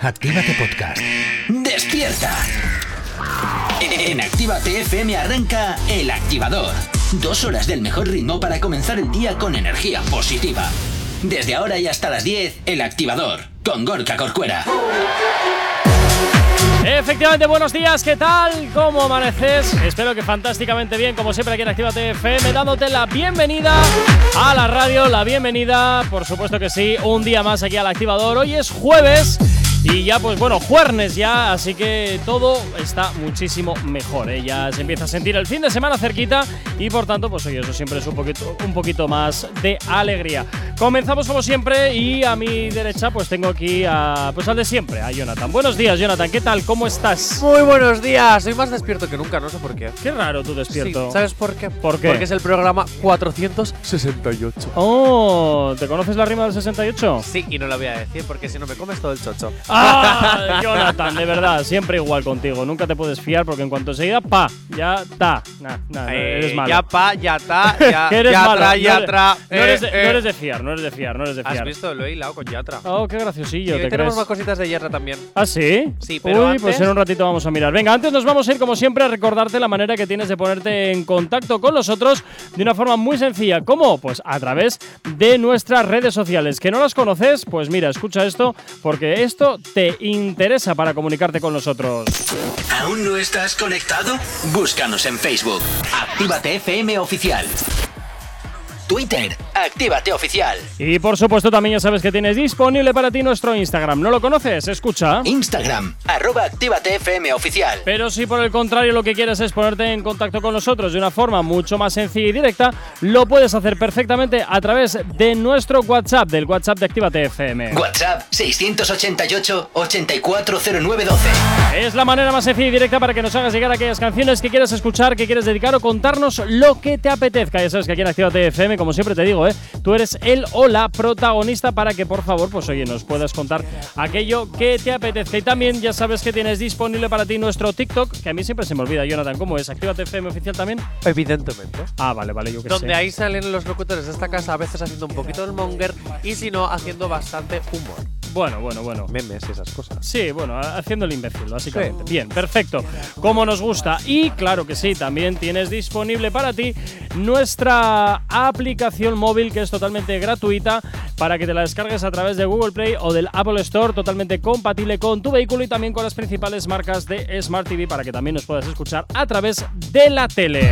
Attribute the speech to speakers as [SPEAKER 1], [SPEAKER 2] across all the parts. [SPEAKER 1] Actívate Podcast.
[SPEAKER 2] ¡Despierta! En Actívate FM arranca El Activador. Dos horas del mejor ritmo para comenzar el día con energía positiva. Desde ahora y hasta las 10, El Activador, con Gorka Corcuera.
[SPEAKER 3] Efectivamente, buenos días, ¿qué tal? ¿Cómo amaneces? Espero que fantásticamente bien, como siempre aquí en Actívate FM, dándote la bienvenida a la radio, la bienvenida, por supuesto que sí, un día más aquí al Activador. Hoy es jueves y ya, pues bueno, jueves ya, así que todo está muchísimo mejor. ¿eh? Ya se empieza a sentir el fin de semana cerquita y por tanto, pues oye, eso siempre es un poquito, un poquito más de alegría. Comenzamos como siempre y a mi derecha pues tengo aquí a, pues al de siempre, a Jonathan. Buenos días, Jonathan, ¿qué tal? ¿Cómo estás?
[SPEAKER 4] Muy buenos días, soy más despierto que nunca, no sé por qué.
[SPEAKER 3] Qué raro tú despierto.
[SPEAKER 4] Sí, ¿Sabes por qué?
[SPEAKER 3] ¿Por qué?
[SPEAKER 4] Porque es el programa 468.
[SPEAKER 3] Oh, ¿te conoces la rima del 68?
[SPEAKER 4] Sí, y no la voy a decir porque si no me comes todo el chocho.
[SPEAKER 3] ¡Ah! Jonathan, de verdad, siempre igual contigo. Nunca te puedes fiar porque en cuanto enseguida, pa, ya ta. Nah, nah,
[SPEAKER 4] Eh,
[SPEAKER 3] eres malo.
[SPEAKER 4] Ya pa, ya ta, ya,
[SPEAKER 3] Que eres
[SPEAKER 4] ya
[SPEAKER 3] malo,
[SPEAKER 4] tra,
[SPEAKER 3] no
[SPEAKER 4] ya
[SPEAKER 3] eres-
[SPEAKER 4] tra.
[SPEAKER 3] No
[SPEAKER 4] eh,
[SPEAKER 3] eres, de, no
[SPEAKER 4] eh.
[SPEAKER 3] eres de fiar, no eres de fiar, no eres de
[SPEAKER 4] ¿Has
[SPEAKER 3] fiar.
[SPEAKER 4] visto? Lo he hilado con yatra.
[SPEAKER 3] Oh, qué
[SPEAKER 4] Y
[SPEAKER 3] graciosillo,
[SPEAKER 4] hoy
[SPEAKER 3] ¿te
[SPEAKER 4] tenemos
[SPEAKER 3] crees?
[SPEAKER 4] más cositas de yatra también.
[SPEAKER 3] ¿Ah, sí?
[SPEAKER 4] Sí, pero
[SPEAKER 3] Uy,
[SPEAKER 4] antes-
[SPEAKER 3] pues en un ratito vamos a mirar. Venga, antes nos vamos a ir, como siempre, a recordarte la manera que tienes de ponerte en contacto con nosotros de una forma muy sencilla. ¿Cómo? Pues a través de nuestras redes sociales. ¿Que no las conoces? Pues mira, escucha esto, porque esto te interesa para comunicarte con nosotros.
[SPEAKER 2] ¿Aún no estás conectado? Búscanos en Facebook. Actívate FM Oficial. Twitter. Actívate Oficial.
[SPEAKER 3] Y por supuesto, también ya sabes que tienes disponible para ti nuestro Instagram. ¿No lo conoces? Escucha.
[SPEAKER 2] Instagram. Arroba Actívate FM Oficial.
[SPEAKER 3] Pero si por el contrario lo que quieres es ponerte en contacto con nosotros de una forma mucho más sencilla y directa, lo puedes hacer perfectamente a través de nuestro WhatsApp, del WhatsApp de Actívate FM.
[SPEAKER 2] WhatsApp 688 840912.
[SPEAKER 3] Es la manera más sencilla y directa para que nos hagas llegar aquellas canciones que quieres escuchar, que quieres dedicar o contarnos lo que te apetezca. Ya sabes que aquí en Actívate FM, como siempre te digo, ¿eh? tú eres el o la protagonista para que por favor, pues oye, nos puedas contar aquello que te apetezca. Y también ya sabes que tienes disponible para ti nuestro TikTok, que a mí siempre se me olvida, Jonathan, ¿cómo es? Actívate FM oficial también.
[SPEAKER 4] Evidentemente.
[SPEAKER 3] Ah, vale, vale, yo que
[SPEAKER 4] Donde
[SPEAKER 3] sé.
[SPEAKER 4] ahí salen los locutores de esta casa, a veces haciendo un poquito el monger y si no, haciendo bastante humor.
[SPEAKER 3] Bueno, bueno, bueno.
[SPEAKER 4] Memes y esas cosas.
[SPEAKER 3] Sí, bueno, ha- haciendo el imbécil, básicamente. Bien, perfecto. Como nos gusta. Y claro que sí, también tienes disponible para ti nuestra aplicación móvil que es totalmente gratuita para que te la descargues a través de Google Play o del Apple Store, totalmente compatible con tu vehículo y también con las principales marcas de Smart TV para que también nos puedas escuchar a través de la tele.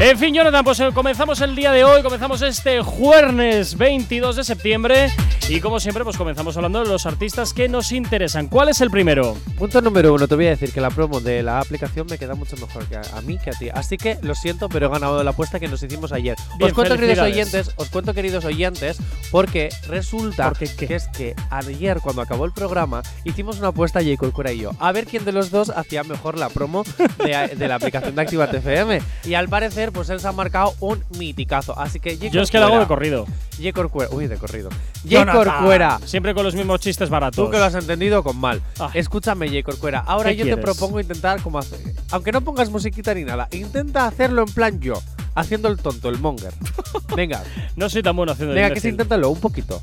[SPEAKER 3] En fin, Jonathan, pues eh, comenzamos el día de hoy, comenzamos este jueves 22 de septiembre y como siempre pues comenzamos hablando de los artistas que nos interesan. ¿Cuál es el primero?
[SPEAKER 4] Punto número uno, te voy a decir que la promo de la aplicación me queda mucho mejor que a, a mí que a ti. Así que lo siento, pero he ganado la apuesta que nos hicimos ayer.
[SPEAKER 3] Bien,
[SPEAKER 4] os cuento, queridos
[SPEAKER 3] felicidades.
[SPEAKER 4] oyentes, os cuento, queridos oyentes, porque resulta
[SPEAKER 3] ¿Porque qué?
[SPEAKER 4] que es que ayer, cuando acabó el programa, hicimos una apuesta J. Corcuera y yo. A ver quién de los dos hacía mejor la promo de, de la aplicación de Activate FM. Y al parecer, pues él se ha marcado un miticazo. Así que J.
[SPEAKER 3] Yo es que lo hago de
[SPEAKER 4] Corcuera-
[SPEAKER 3] corrido.
[SPEAKER 4] J. Corcuera. Uy, de corrido. J.
[SPEAKER 3] Jonathan,
[SPEAKER 4] Corcuera.
[SPEAKER 3] Siempre con los mismos chistes
[SPEAKER 4] Tú
[SPEAKER 3] baratos.
[SPEAKER 4] que lo has entendido con mal.
[SPEAKER 3] Ah.
[SPEAKER 4] Escúchame, J. Corcuera. Ahora
[SPEAKER 3] ¿Qué
[SPEAKER 4] yo
[SPEAKER 3] quieres?
[SPEAKER 4] te propongo intentar como hacer. Aunque no pongas musiquita ni nada, intenta hacerlo en plan yo, haciendo el tonto, el monger. venga,
[SPEAKER 3] No soy tan bueno haciendo el
[SPEAKER 4] venga, que sí,
[SPEAKER 3] imbécil.
[SPEAKER 4] inténtalo, un poquito.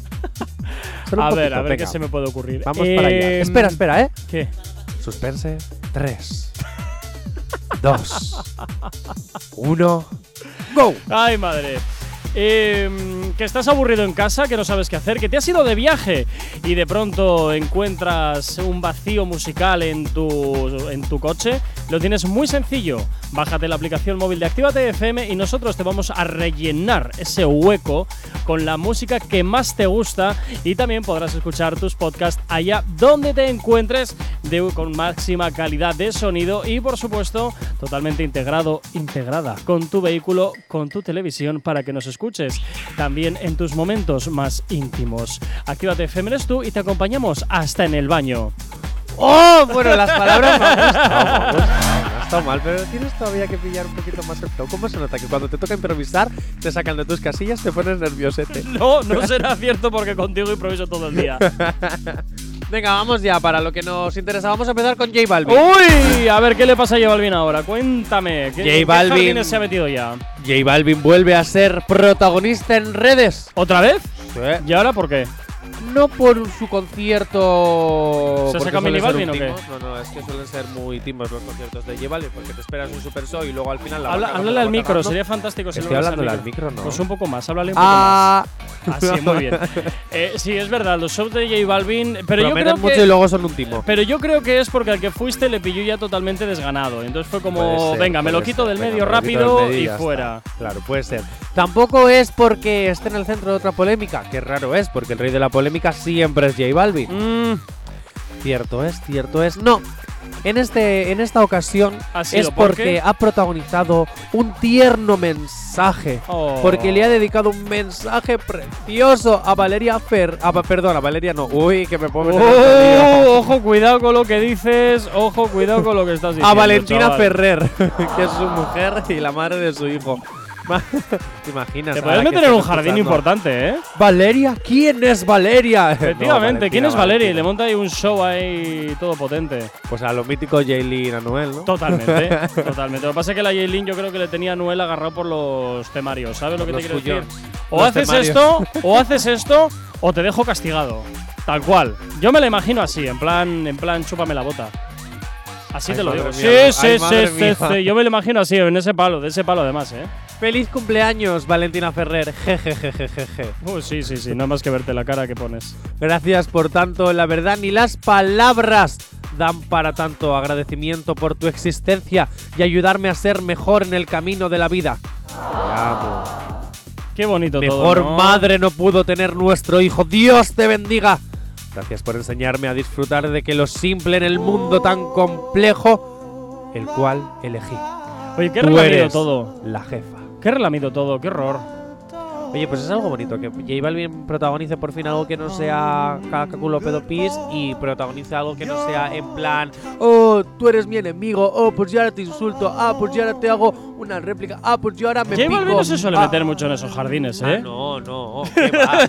[SPEAKER 4] Solo un
[SPEAKER 3] A ver, a
[SPEAKER 4] poquito,
[SPEAKER 3] ver
[SPEAKER 4] venga.
[SPEAKER 3] qué se me puede ocurrir.
[SPEAKER 4] Vamos para allá.
[SPEAKER 3] Eh,
[SPEAKER 4] Espera, espera, ¿eh?
[SPEAKER 3] ¿Qué?
[SPEAKER 4] Suspense. Tres. dos. Uno. ¡Go!
[SPEAKER 3] Ay, madre. Eh, que estás aburrido en casa, que no sabes qué hacer, que te has ido de viaje y de pronto encuentras un vacío musical en tu, en tu coche, lo tienes muy sencillo. Bájate la aplicación móvil de Actívate FM y nosotros te vamos a rellenar ese hueco con la música que más te gusta y también podrás escuchar tus podcasts allá donde te encuentres de- con máxima calidad de sonido y por supuesto totalmente integrado, integrada con tu vehículo, con tu televisión para que nos escuches también en tus momentos más íntimos. Actívate FM eres tú y te acompañamos hasta en el baño.
[SPEAKER 4] ¡Oh! Bueno, las palabras me han gustado, me han gustado, no está mal, pero tienes todavía que pillar un poquito más el flow. ¿Cómo se nota que cuando te toca improvisar, te sacan de tus casillas, te pones nerviosete?
[SPEAKER 3] No, no será cierto porque contigo improviso todo el día.
[SPEAKER 4] Venga, vamos ya, para lo que nos interesa, vamos a empezar con J Balvin.
[SPEAKER 3] Uy, a ver qué le pasa a J Balvin ahora. Cuéntame. ¿qué,
[SPEAKER 4] J
[SPEAKER 3] qué
[SPEAKER 4] Balvin.
[SPEAKER 3] jardines se ha metido ya?
[SPEAKER 4] J Balvin vuelve a ser protagonista en redes.
[SPEAKER 3] ¿Otra vez? ¿Y ahora por qué?
[SPEAKER 4] no por su concierto.
[SPEAKER 3] ¿Se
[SPEAKER 4] porque
[SPEAKER 3] saca
[SPEAKER 4] suelen
[SPEAKER 3] Mini
[SPEAKER 4] ser
[SPEAKER 3] Balvin
[SPEAKER 4] un
[SPEAKER 3] o qué?
[SPEAKER 4] timos. No, no, es que suelen ser muy timos los conciertos de J Balvin, porque te esperas un super show y luego al final la
[SPEAKER 3] Habla-
[SPEAKER 4] vaca-
[SPEAKER 3] háblale
[SPEAKER 4] la
[SPEAKER 3] al
[SPEAKER 4] vaca
[SPEAKER 3] micro,
[SPEAKER 4] cantando.
[SPEAKER 3] sería fantástico si
[SPEAKER 4] Estoy
[SPEAKER 3] lo hablas
[SPEAKER 4] hablándole al micro, ¿no?
[SPEAKER 3] Pues un poco más, háblale un poco
[SPEAKER 4] Ah,
[SPEAKER 3] más. Así, muy bien. Eh, sí, es verdad, los shows de J Balvin. Pero yo creo
[SPEAKER 4] prometen mucho
[SPEAKER 3] que.
[SPEAKER 4] y luego son un timo.
[SPEAKER 3] Pero yo creo que es porque al que fuiste le pilló ya totalmente desganado. Entonces fue como,
[SPEAKER 4] Puede ser,
[SPEAKER 3] venga, me lo
[SPEAKER 4] puede
[SPEAKER 3] quito
[SPEAKER 4] ser.
[SPEAKER 3] del
[SPEAKER 4] Venga,
[SPEAKER 3] medio
[SPEAKER 4] me lo quito del
[SPEAKER 3] rápido
[SPEAKER 4] medio
[SPEAKER 3] y
[SPEAKER 4] ya está.
[SPEAKER 3] fuera.
[SPEAKER 4] Claro, puede ser. Tampoco es porque esté en el centro de otra polémica, que raro es, porque el rey de la polémica siempre es J Balvin.
[SPEAKER 3] Mm,
[SPEAKER 4] Cierto es, cierto es. No, en, este, en esta ocasión
[SPEAKER 3] ¿Ha sido
[SPEAKER 4] es
[SPEAKER 3] por
[SPEAKER 4] porque
[SPEAKER 3] qué?
[SPEAKER 4] ha protagonizado un tierno mensaje.
[SPEAKER 3] oh.
[SPEAKER 4] Porque le ha dedicado un mensaje precioso a Valeria Fer. A, perdón, a Valeria no. Uy, que me
[SPEAKER 3] Pues
[SPEAKER 4] puedo meter en este lío.
[SPEAKER 3] Oh, ojo, cuidado con lo que dices, ojo, cuidado con lo que estás diciendo.
[SPEAKER 4] A Valentina
[SPEAKER 3] chaval.
[SPEAKER 4] Ferrer, que es su mujer y la madre de su hijo. ¿Te imaginas?
[SPEAKER 3] Te
[SPEAKER 4] a la
[SPEAKER 3] puedes
[SPEAKER 4] que
[SPEAKER 3] meter en
[SPEAKER 4] estás
[SPEAKER 3] un jardín
[SPEAKER 4] escuchando?
[SPEAKER 3] importante, ¿eh?
[SPEAKER 4] ¿Valeria? ¿Quién es Valeria?
[SPEAKER 3] Efectivamente,
[SPEAKER 4] No,
[SPEAKER 3] ¿quién es Valeria? Y le
[SPEAKER 4] Valentina.
[SPEAKER 3] monta ahí un show ahí todo potente.
[SPEAKER 4] Pues a lo mítico Jaylin Anuel, ¿no?
[SPEAKER 3] Totalmente, totalmente. Lo que pasa es que la Jaylin yo creo que le tenía a Noel agarrado por los temarios, ¿sabes lo que
[SPEAKER 4] Los
[SPEAKER 3] te quiero
[SPEAKER 4] fullones.
[SPEAKER 3] decir? O
[SPEAKER 4] Los
[SPEAKER 3] haces
[SPEAKER 4] temarios.
[SPEAKER 3] esto, o haces esto, o te dejo castigado. Tal cual. Yo me la imagino así, en plan, en plan, chúpame la bota. Así
[SPEAKER 4] Ay,
[SPEAKER 3] te lo
[SPEAKER 4] madre
[SPEAKER 3] digo.
[SPEAKER 4] mía, no. Ay,
[SPEAKER 3] Sí, sí, sí,
[SPEAKER 4] madre
[SPEAKER 3] sí,
[SPEAKER 4] mía.
[SPEAKER 3] sí. Yo me lo imagino así, en ese palo, de ese palo además, ¿eh?
[SPEAKER 4] Feliz cumpleaños, Valentina Ferrer. Jejejejeje.
[SPEAKER 3] Uh, sí, sí, sí, no más que verte la cara que pones.
[SPEAKER 4] Gracias por tanto. La verdad, ni las palabras dan para tanto agradecimiento por tu existencia y ayudarme a ser mejor en el camino de la vida. Te amo.
[SPEAKER 3] Qué bonito todo.
[SPEAKER 4] Mejor
[SPEAKER 3] ¿no?
[SPEAKER 4] madre no pudo tener nuestro hijo. Dios te bendiga. Gracias por enseñarme a disfrutar de que lo simple en el mundo tan complejo, el cual elegí.
[SPEAKER 3] Oye, qué
[SPEAKER 4] Tú
[SPEAKER 3] relamido
[SPEAKER 4] eres
[SPEAKER 3] todo.
[SPEAKER 4] La jefa.
[SPEAKER 3] Qué relamido todo, qué horror.
[SPEAKER 4] Oye, pues es algo bonito, que J Balvin protagonice por fin algo que no sea Cacaculo Pedopis y protagonice algo que no sea en plan, oh, tú eres mi enemigo, oh, pues yo ahora te insulto, ah, pues yo ahora te hago una réplica, ah, pues yo ahora me
[SPEAKER 3] J
[SPEAKER 4] pico.
[SPEAKER 3] Balvin no se suele
[SPEAKER 4] ah,
[SPEAKER 3] meter mucho en esos jardines,
[SPEAKER 4] Ah,
[SPEAKER 3] ¿eh?
[SPEAKER 4] no, no, qué va.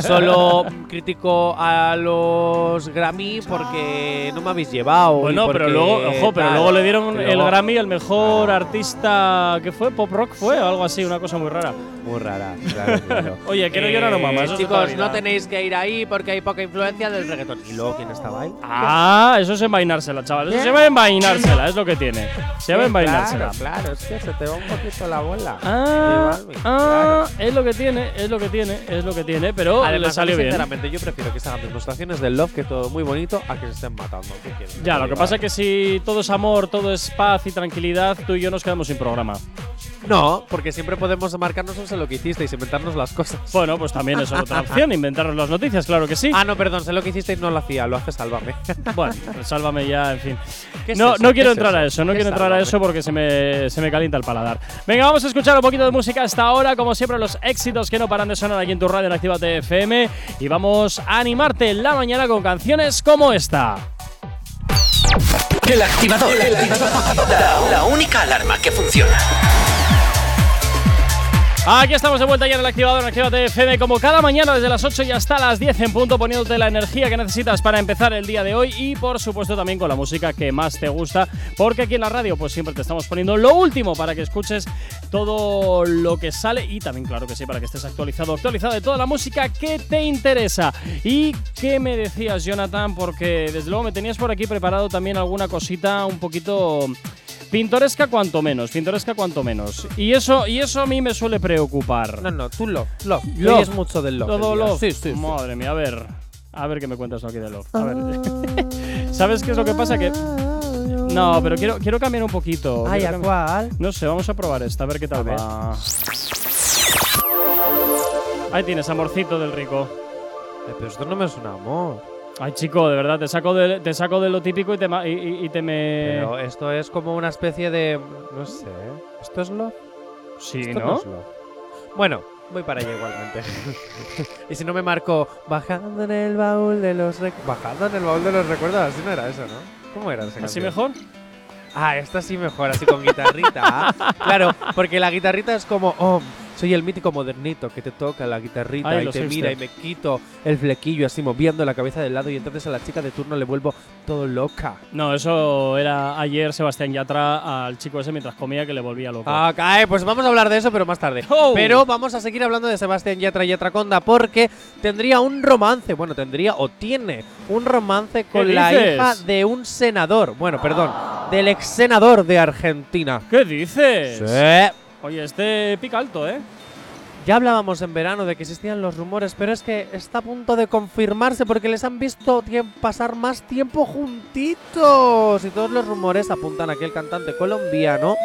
[SPEAKER 4] Eh, solo critico a los Grammy porque no me habéis llevado. y
[SPEAKER 3] Bueno, pero
[SPEAKER 4] porque
[SPEAKER 3] luego, ojo, pero
[SPEAKER 4] tal.
[SPEAKER 3] luego le dieron
[SPEAKER 4] Pero
[SPEAKER 3] el Grammy al mejor
[SPEAKER 4] Claro.
[SPEAKER 3] artista que fue, pop rock fue, o algo así, una cosa muy rara.
[SPEAKER 4] Muy rara, claro. claro. Eh,
[SPEAKER 3] Oye, quiero llorar o mamá, eso es otra
[SPEAKER 4] Chicos,
[SPEAKER 3] vida.
[SPEAKER 4] no tenéis que ir ahí porque hay poca influencia del reggaetón. ¿Y luego quién estaba ahí?
[SPEAKER 3] Ah, eso es envainársela, chaval. Eso se llama envainársela, es lo que tiene. Se llama envainársela.
[SPEAKER 4] claro, claro, es que se te va un poquito la bola.
[SPEAKER 3] Ah,
[SPEAKER 4] J Balvin,
[SPEAKER 3] ah, es lo que tiene, es lo que tiene, es lo que tiene, pero
[SPEAKER 4] Además,
[SPEAKER 3] Oh, le salió bien.
[SPEAKER 4] sinceramente, yo prefiero que se hagan demostraciones del love, que todo muy bonito, a que se estén matando. ¿Qué quieres?
[SPEAKER 3] Ya, lo que
[SPEAKER 4] J
[SPEAKER 3] pasa es
[SPEAKER 4] Balvin.
[SPEAKER 3] que si todo es amor, todo es paz y tranquilidad, tú y yo nos quedamos sin programa.
[SPEAKER 4] No, porque siempre podemos marcarnos en lo que hicisteis, inventarnos las cosas.
[SPEAKER 3] Bueno, pues también es otra opción, inventarnos las noticias, claro que sí.
[SPEAKER 4] Ah, no, perdón, sé lo que hicisteis, no lo hacía, lo hace Sálvame.
[SPEAKER 3] Bueno, pues sálvame ya, en fin.
[SPEAKER 4] ¿Qué es
[SPEAKER 3] No,
[SPEAKER 4] eso?
[SPEAKER 3] no
[SPEAKER 4] ¿Qué
[SPEAKER 3] quiero
[SPEAKER 4] es
[SPEAKER 3] entrar a
[SPEAKER 4] eso?
[SPEAKER 3] eso, no
[SPEAKER 4] ¿Qué
[SPEAKER 3] quiero
[SPEAKER 4] es
[SPEAKER 3] entrar a
[SPEAKER 4] Sálvame?
[SPEAKER 3] eso porque se me, se me calienta el paladar. Venga, vamos a escuchar un poquito de música hasta ahora, como siempre los éxitos que no paran de sonar aquí en tu radio en Actívate FM y vamos a animarte en la mañana con canciones como esta.
[SPEAKER 2] El activador. El activador. La, la única alarma que funciona.
[SPEAKER 3] Aquí estamos de vuelta ya en el activador en Actívate FM, como cada mañana desde las 8 y hasta las 10 en punto, poniéndote la energía que necesitas para empezar el día de hoy y por supuesto también con la música que más te gusta, porque aquí en la radio pues siempre te estamos poniendo lo último para que escuches todo lo que sale y también claro que sí, para que estés actualizado, actualizado de toda la música que te interesa. ¿Y qué me decías Jonathan? Porque desde luego me tenías por aquí preparado también alguna cosita un poquito... Pintoresca cuanto menos, pintoresca cuanto menos. Y eso, y eso a mí me suele preocupar.
[SPEAKER 4] No, no, tú love, love.
[SPEAKER 3] Love.
[SPEAKER 4] Hoy es mucho del love.
[SPEAKER 3] Todo
[SPEAKER 4] el día.
[SPEAKER 3] love.
[SPEAKER 4] Sí, sí. sí.
[SPEAKER 3] Madre mía, a ver. A ver qué me cuentas aquí de love. A ver. ¿Sabes qué es lo que pasa? Que. No, pero quiero, quiero cambiar un poquito.
[SPEAKER 4] Ay,
[SPEAKER 3] Quiero
[SPEAKER 4] ¿a
[SPEAKER 3] cambi-
[SPEAKER 4] cuál?
[SPEAKER 3] No sé, vamos a probar esta, a ver qué tal
[SPEAKER 4] A
[SPEAKER 3] va. Ahí tienes, amorcito del rico.
[SPEAKER 4] Eh, pero esto no me suena amor.
[SPEAKER 3] Ay, chico, de verdad, te saco de, te saco de lo típico y te, ma- y, y- y te me.
[SPEAKER 4] Pero esto es como una especie de. No sé. ¿Esto es love?
[SPEAKER 3] sí,
[SPEAKER 4] Esto
[SPEAKER 3] ¿no?
[SPEAKER 4] no es love. Bueno, voy para allá igualmente. y si no me marco, bajando en el baúl de los recuerdos. Bajando en el baúl de los recuerdos, así no era eso, ¿no? ¿Cómo era esa
[SPEAKER 3] ¿Así
[SPEAKER 4] canción?
[SPEAKER 3] mejor?
[SPEAKER 4] Ah, esta sí mejor, así con guitarrita. claro, porque la guitarrita es como, oh, Soy el mítico modernito que te toca la guitarrita
[SPEAKER 3] Ay,
[SPEAKER 4] y
[SPEAKER 3] los
[SPEAKER 4] te mira y me
[SPEAKER 3] hipster.
[SPEAKER 4] quito el flequillo así moviendo la cabeza de lado y entonces a la chica de turno le vuelvo todo loca.
[SPEAKER 3] No, eso era ayer Sebastián Yatra al chico ese mientras comía que le volvía loco.
[SPEAKER 4] Ah, cae, pues vamos a hablar de eso, pero más tarde.
[SPEAKER 3] Oh.
[SPEAKER 4] Pero vamos a seguir hablando de Sebastián Yatra y Yatra Conda porque tendría un romance, bueno, tendría o tiene un romance con la
[SPEAKER 3] dices?
[SPEAKER 4] hija de un senador, bueno, perdón, del ex senador de Argentina.
[SPEAKER 3] ¿Qué dices?
[SPEAKER 4] Sí.
[SPEAKER 3] Oye, este pica alto, ¿eh?
[SPEAKER 4] Ya hablábamos en verano de que existían los rumores, pero es que está a punto de confirmarse porque les han visto tie- pasar más tiempo juntitos. Y todos los rumores apuntan a que el cantante colombiano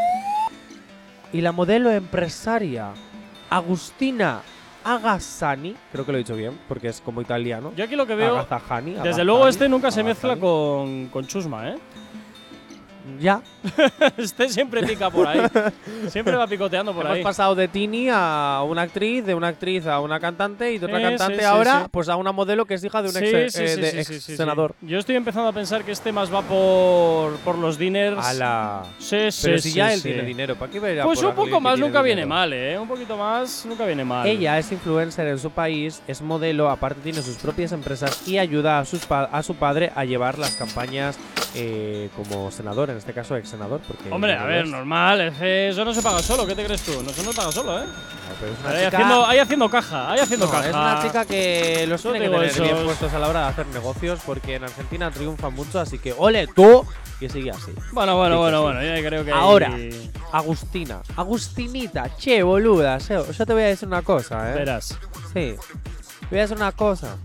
[SPEAKER 4] y la modelo empresaria Agustina Agassani, creo que lo he dicho bien porque es como italiano.
[SPEAKER 3] Yo aquí lo que veo.
[SPEAKER 4] Agazajani,
[SPEAKER 3] Desde
[SPEAKER 4] Agazzani,
[SPEAKER 3] luego, este nunca se mezcla
[SPEAKER 4] Agazzani.
[SPEAKER 3] con, con Chusma, ¿eh?
[SPEAKER 4] Ya,
[SPEAKER 3] Este siempre pica por ahí. Siempre va picoteando por
[SPEAKER 4] hemos
[SPEAKER 3] ahí.
[SPEAKER 4] pasado de Tini a una actriz, de una actriz a una cantante y de otra
[SPEAKER 3] Sí,
[SPEAKER 4] cantante
[SPEAKER 3] sí, sí,
[SPEAKER 4] ahora
[SPEAKER 3] sí.
[SPEAKER 4] pues a una modelo que es hija de un
[SPEAKER 3] Sí,
[SPEAKER 4] ex,
[SPEAKER 3] sí,
[SPEAKER 4] eh,
[SPEAKER 3] sí,
[SPEAKER 4] de
[SPEAKER 3] sí,
[SPEAKER 4] ex
[SPEAKER 3] sí, sí, sí.
[SPEAKER 4] senador.
[SPEAKER 3] Yo estoy empezando a pensar que este más va por, por los diners.
[SPEAKER 4] Ala.
[SPEAKER 3] Sí, sí,
[SPEAKER 4] Pero si
[SPEAKER 3] sí,
[SPEAKER 4] ya él
[SPEAKER 3] sí.
[SPEAKER 4] tiene dinero, ¿para qué va a ir a
[SPEAKER 3] Pues
[SPEAKER 4] por
[SPEAKER 3] un poco
[SPEAKER 4] alguien que
[SPEAKER 3] más
[SPEAKER 4] tiene
[SPEAKER 3] nunca viene
[SPEAKER 4] dinero?
[SPEAKER 3] mal, ¿eh? Un poquito más nunca viene mal.
[SPEAKER 4] Ella es influencer en su país, es modelo, aparte tiene sus propias empresas y ayuda a, sus pa- a su padre a llevar las campañas eh, como senador, en este caso ex senador. Porque
[SPEAKER 3] Hombre, a
[SPEAKER 4] no
[SPEAKER 3] ver,
[SPEAKER 4] es-
[SPEAKER 3] normal. es que Eso no se paga solo. ¿Qué te crees tú? No, eso no se paga solo, ¿eh?
[SPEAKER 4] no, pero es una
[SPEAKER 3] Ahí
[SPEAKER 4] chica-
[SPEAKER 3] haciendo, ahí haciendo caja, ahí haciendo
[SPEAKER 4] no,
[SPEAKER 3] caja.
[SPEAKER 4] es una chica que los
[SPEAKER 3] Yo
[SPEAKER 4] tiene que
[SPEAKER 3] digo
[SPEAKER 4] tener
[SPEAKER 3] eso.
[SPEAKER 4] bien puestos a la hora de hacer negocios porque en Argentina triunfa mucho, así que ole tú que sigue así.
[SPEAKER 3] Bueno, bueno,
[SPEAKER 4] Sí,
[SPEAKER 3] bueno,
[SPEAKER 4] sí.
[SPEAKER 3] bueno, ya creo que
[SPEAKER 4] Ahora. ¿eh?
[SPEAKER 3] ahí-
[SPEAKER 4] Agustina, Agustinita, che boluda, yo, yo te voy a decir una cosa, eh.
[SPEAKER 3] verás.
[SPEAKER 4] Sí. Voy a decir una cosa.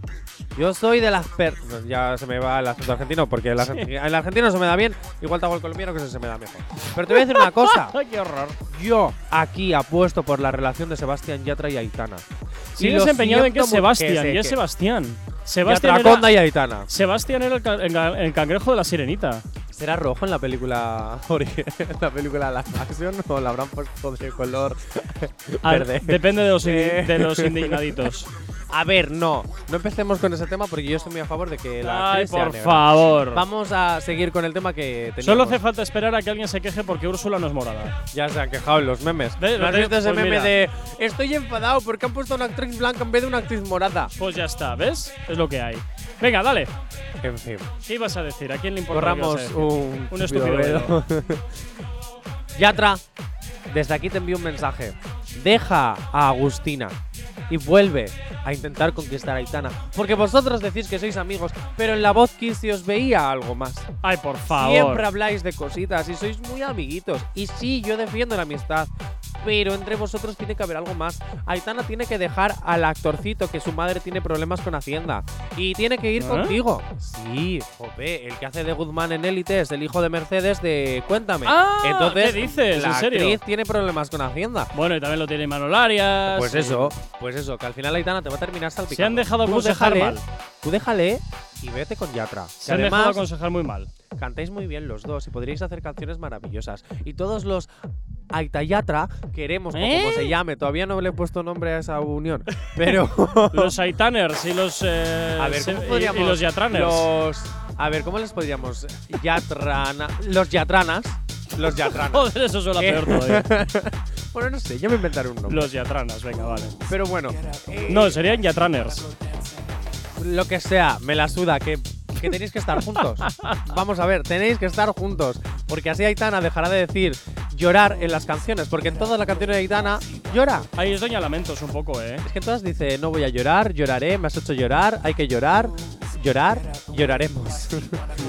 [SPEAKER 4] Yo soy de las per... No, Ya se me va el acento argentino, porque el, argen- el argentino se me da bien, igual te hago el colombiano que se, se me da mejor. Pero te voy a decir una cosa.
[SPEAKER 3] Ay, qué horror.
[SPEAKER 4] Yo aquí apuesto por la relación de Sebastián Yatra y Aitana. Y
[SPEAKER 3] Sigues
[SPEAKER 4] lo
[SPEAKER 3] empeñado en que
[SPEAKER 4] siento mu-
[SPEAKER 3] Sebastián,
[SPEAKER 4] sé
[SPEAKER 3] y es
[SPEAKER 4] que-
[SPEAKER 3] Sebastián. Sebastián
[SPEAKER 4] Yatra
[SPEAKER 3] era,
[SPEAKER 4] Conda y Aitana.
[SPEAKER 3] Sebastián era el, ca- el ca- el cangrejo de la sirenita.
[SPEAKER 4] ¿Será rojo en la película ori- en la película La Action o la habrán puesto de color
[SPEAKER 3] Ah,
[SPEAKER 4] verde?
[SPEAKER 3] Depende de los,
[SPEAKER 4] Eh.
[SPEAKER 3] indi- de los indignaditos.
[SPEAKER 4] A ver, no. No empecemos con ese tema porque yo estoy muy a favor de que la
[SPEAKER 3] Ay,
[SPEAKER 4] actriz sea
[SPEAKER 3] por
[SPEAKER 4] negra.
[SPEAKER 3] favor.
[SPEAKER 4] Vamos a seguir con el tema que teníamos.
[SPEAKER 3] Solo hace falta esperar a que alguien se queje porque Úrsula no es morada.
[SPEAKER 4] Ya se han quejado en los memes.
[SPEAKER 3] Ve,
[SPEAKER 4] ¿No has
[SPEAKER 3] ve,
[SPEAKER 4] visto ese
[SPEAKER 3] pues
[SPEAKER 4] meme
[SPEAKER 3] mira.
[SPEAKER 4] de estoy enfadado porque han puesto a una actriz blanca en vez de una actriz morada?
[SPEAKER 3] Pues ya está, ¿ves? Es lo que hay. Venga, dale.
[SPEAKER 4] En fin,
[SPEAKER 3] ¿Qué ibas a decir? ¿A quién le importa? lo que ibas
[SPEAKER 4] borramos
[SPEAKER 3] a decir?
[SPEAKER 4] un,
[SPEAKER 3] Un estúpido dedo.
[SPEAKER 4] Yatra, desde aquí te envío un mensaje. Deja a Agustina y vuelve a intentar conquistar a Aitana. Porque vosotros decís que sois amigos, pero en la voz Kiss se os veía algo más.
[SPEAKER 3] Ay, por favor.
[SPEAKER 4] Siempre habláis de cositas y sois muy amiguitos. Y sí, yo defiendo la amistad. Pero entre vosotros tiene que haber algo más. Aitana tiene que dejar al actorcito que su madre tiene problemas con Hacienda. Y tiene que ir
[SPEAKER 3] ¿Eh?
[SPEAKER 4] contigo. Sí, jope, el que hace de Guzmán en Élite es el hijo de Mercedes de Cuéntame.
[SPEAKER 3] Ah,
[SPEAKER 4] Entonces,
[SPEAKER 3] ¿qué dices?
[SPEAKER 4] la
[SPEAKER 3] ¿En serio?
[SPEAKER 4] actriz tiene problemas con Hacienda.
[SPEAKER 3] Bueno, y también lo tiene Manolarias.
[SPEAKER 4] Pues eso, pues eso, que al final Aitana te va a terminar salpicando.
[SPEAKER 3] Se han dejado
[SPEAKER 4] Tú
[SPEAKER 3] aconsejar
[SPEAKER 4] déjale-
[SPEAKER 3] mal.
[SPEAKER 4] Tú déjale y vete con Yatra.
[SPEAKER 3] Se
[SPEAKER 4] Que
[SPEAKER 3] han dejado
[SPEAKER 4] además,
[SPEAKER 3] aconsejar muy mal.
[SPEAKER 4] Cantáis muy bien los dos y podríais hacer canciones maravillosas. Y todos los Aitayatra queremos, o
[SPEAKER 3] ¿Eh?
[SPEAKER 4] como se llame, todavía no le he puesto nombre a esa unión. Pero.
[SPEAKER 3] Los Aitaners y los. eh,
[SPEAKER 4] a ver,
[SPEAKER 3] se-
[SPEAKER 4] ¿cómo
[SPEAKER 3] y-
[SPEAKER 4] podríamos.
[SPEAKER 3] Y, los Yatraners.
[SPEAKER 4] los- a ver, ¿cómo les podríamos. Yatrana. Los Yatranas. Los Yatranas.
[SPEAKER 3] Joder, eso suena
[SPEAKER 4] Eh.
[SPEAKER 3] peor todavía.
[SPEAKER 4] bueno, no sé, yo me inventaré un nombre.
[SPEAKER 3] Los Yatranas, venga, vale.
[SPEAKER 4] Pero bueno,
[SPEAKER 3] No, serían Yatraners.
[SPEAKER 4] lo que sea, me la suda, que, que tenéis que estar juntos. Vamos a ver, tenéis que estar juntos. Porque así Aitana dejará de decir llorar en las canciones. Porque en todas las canciones de Aitana llora.
[SPEAKER 3] Ahí es Doña Lamentos un poco, ¿eh?
[SPEAKER 4] Es que en todas dice, no voy a llorar, lloraré, me has hecho llorar, hay que llorar, llorar, lloraremos.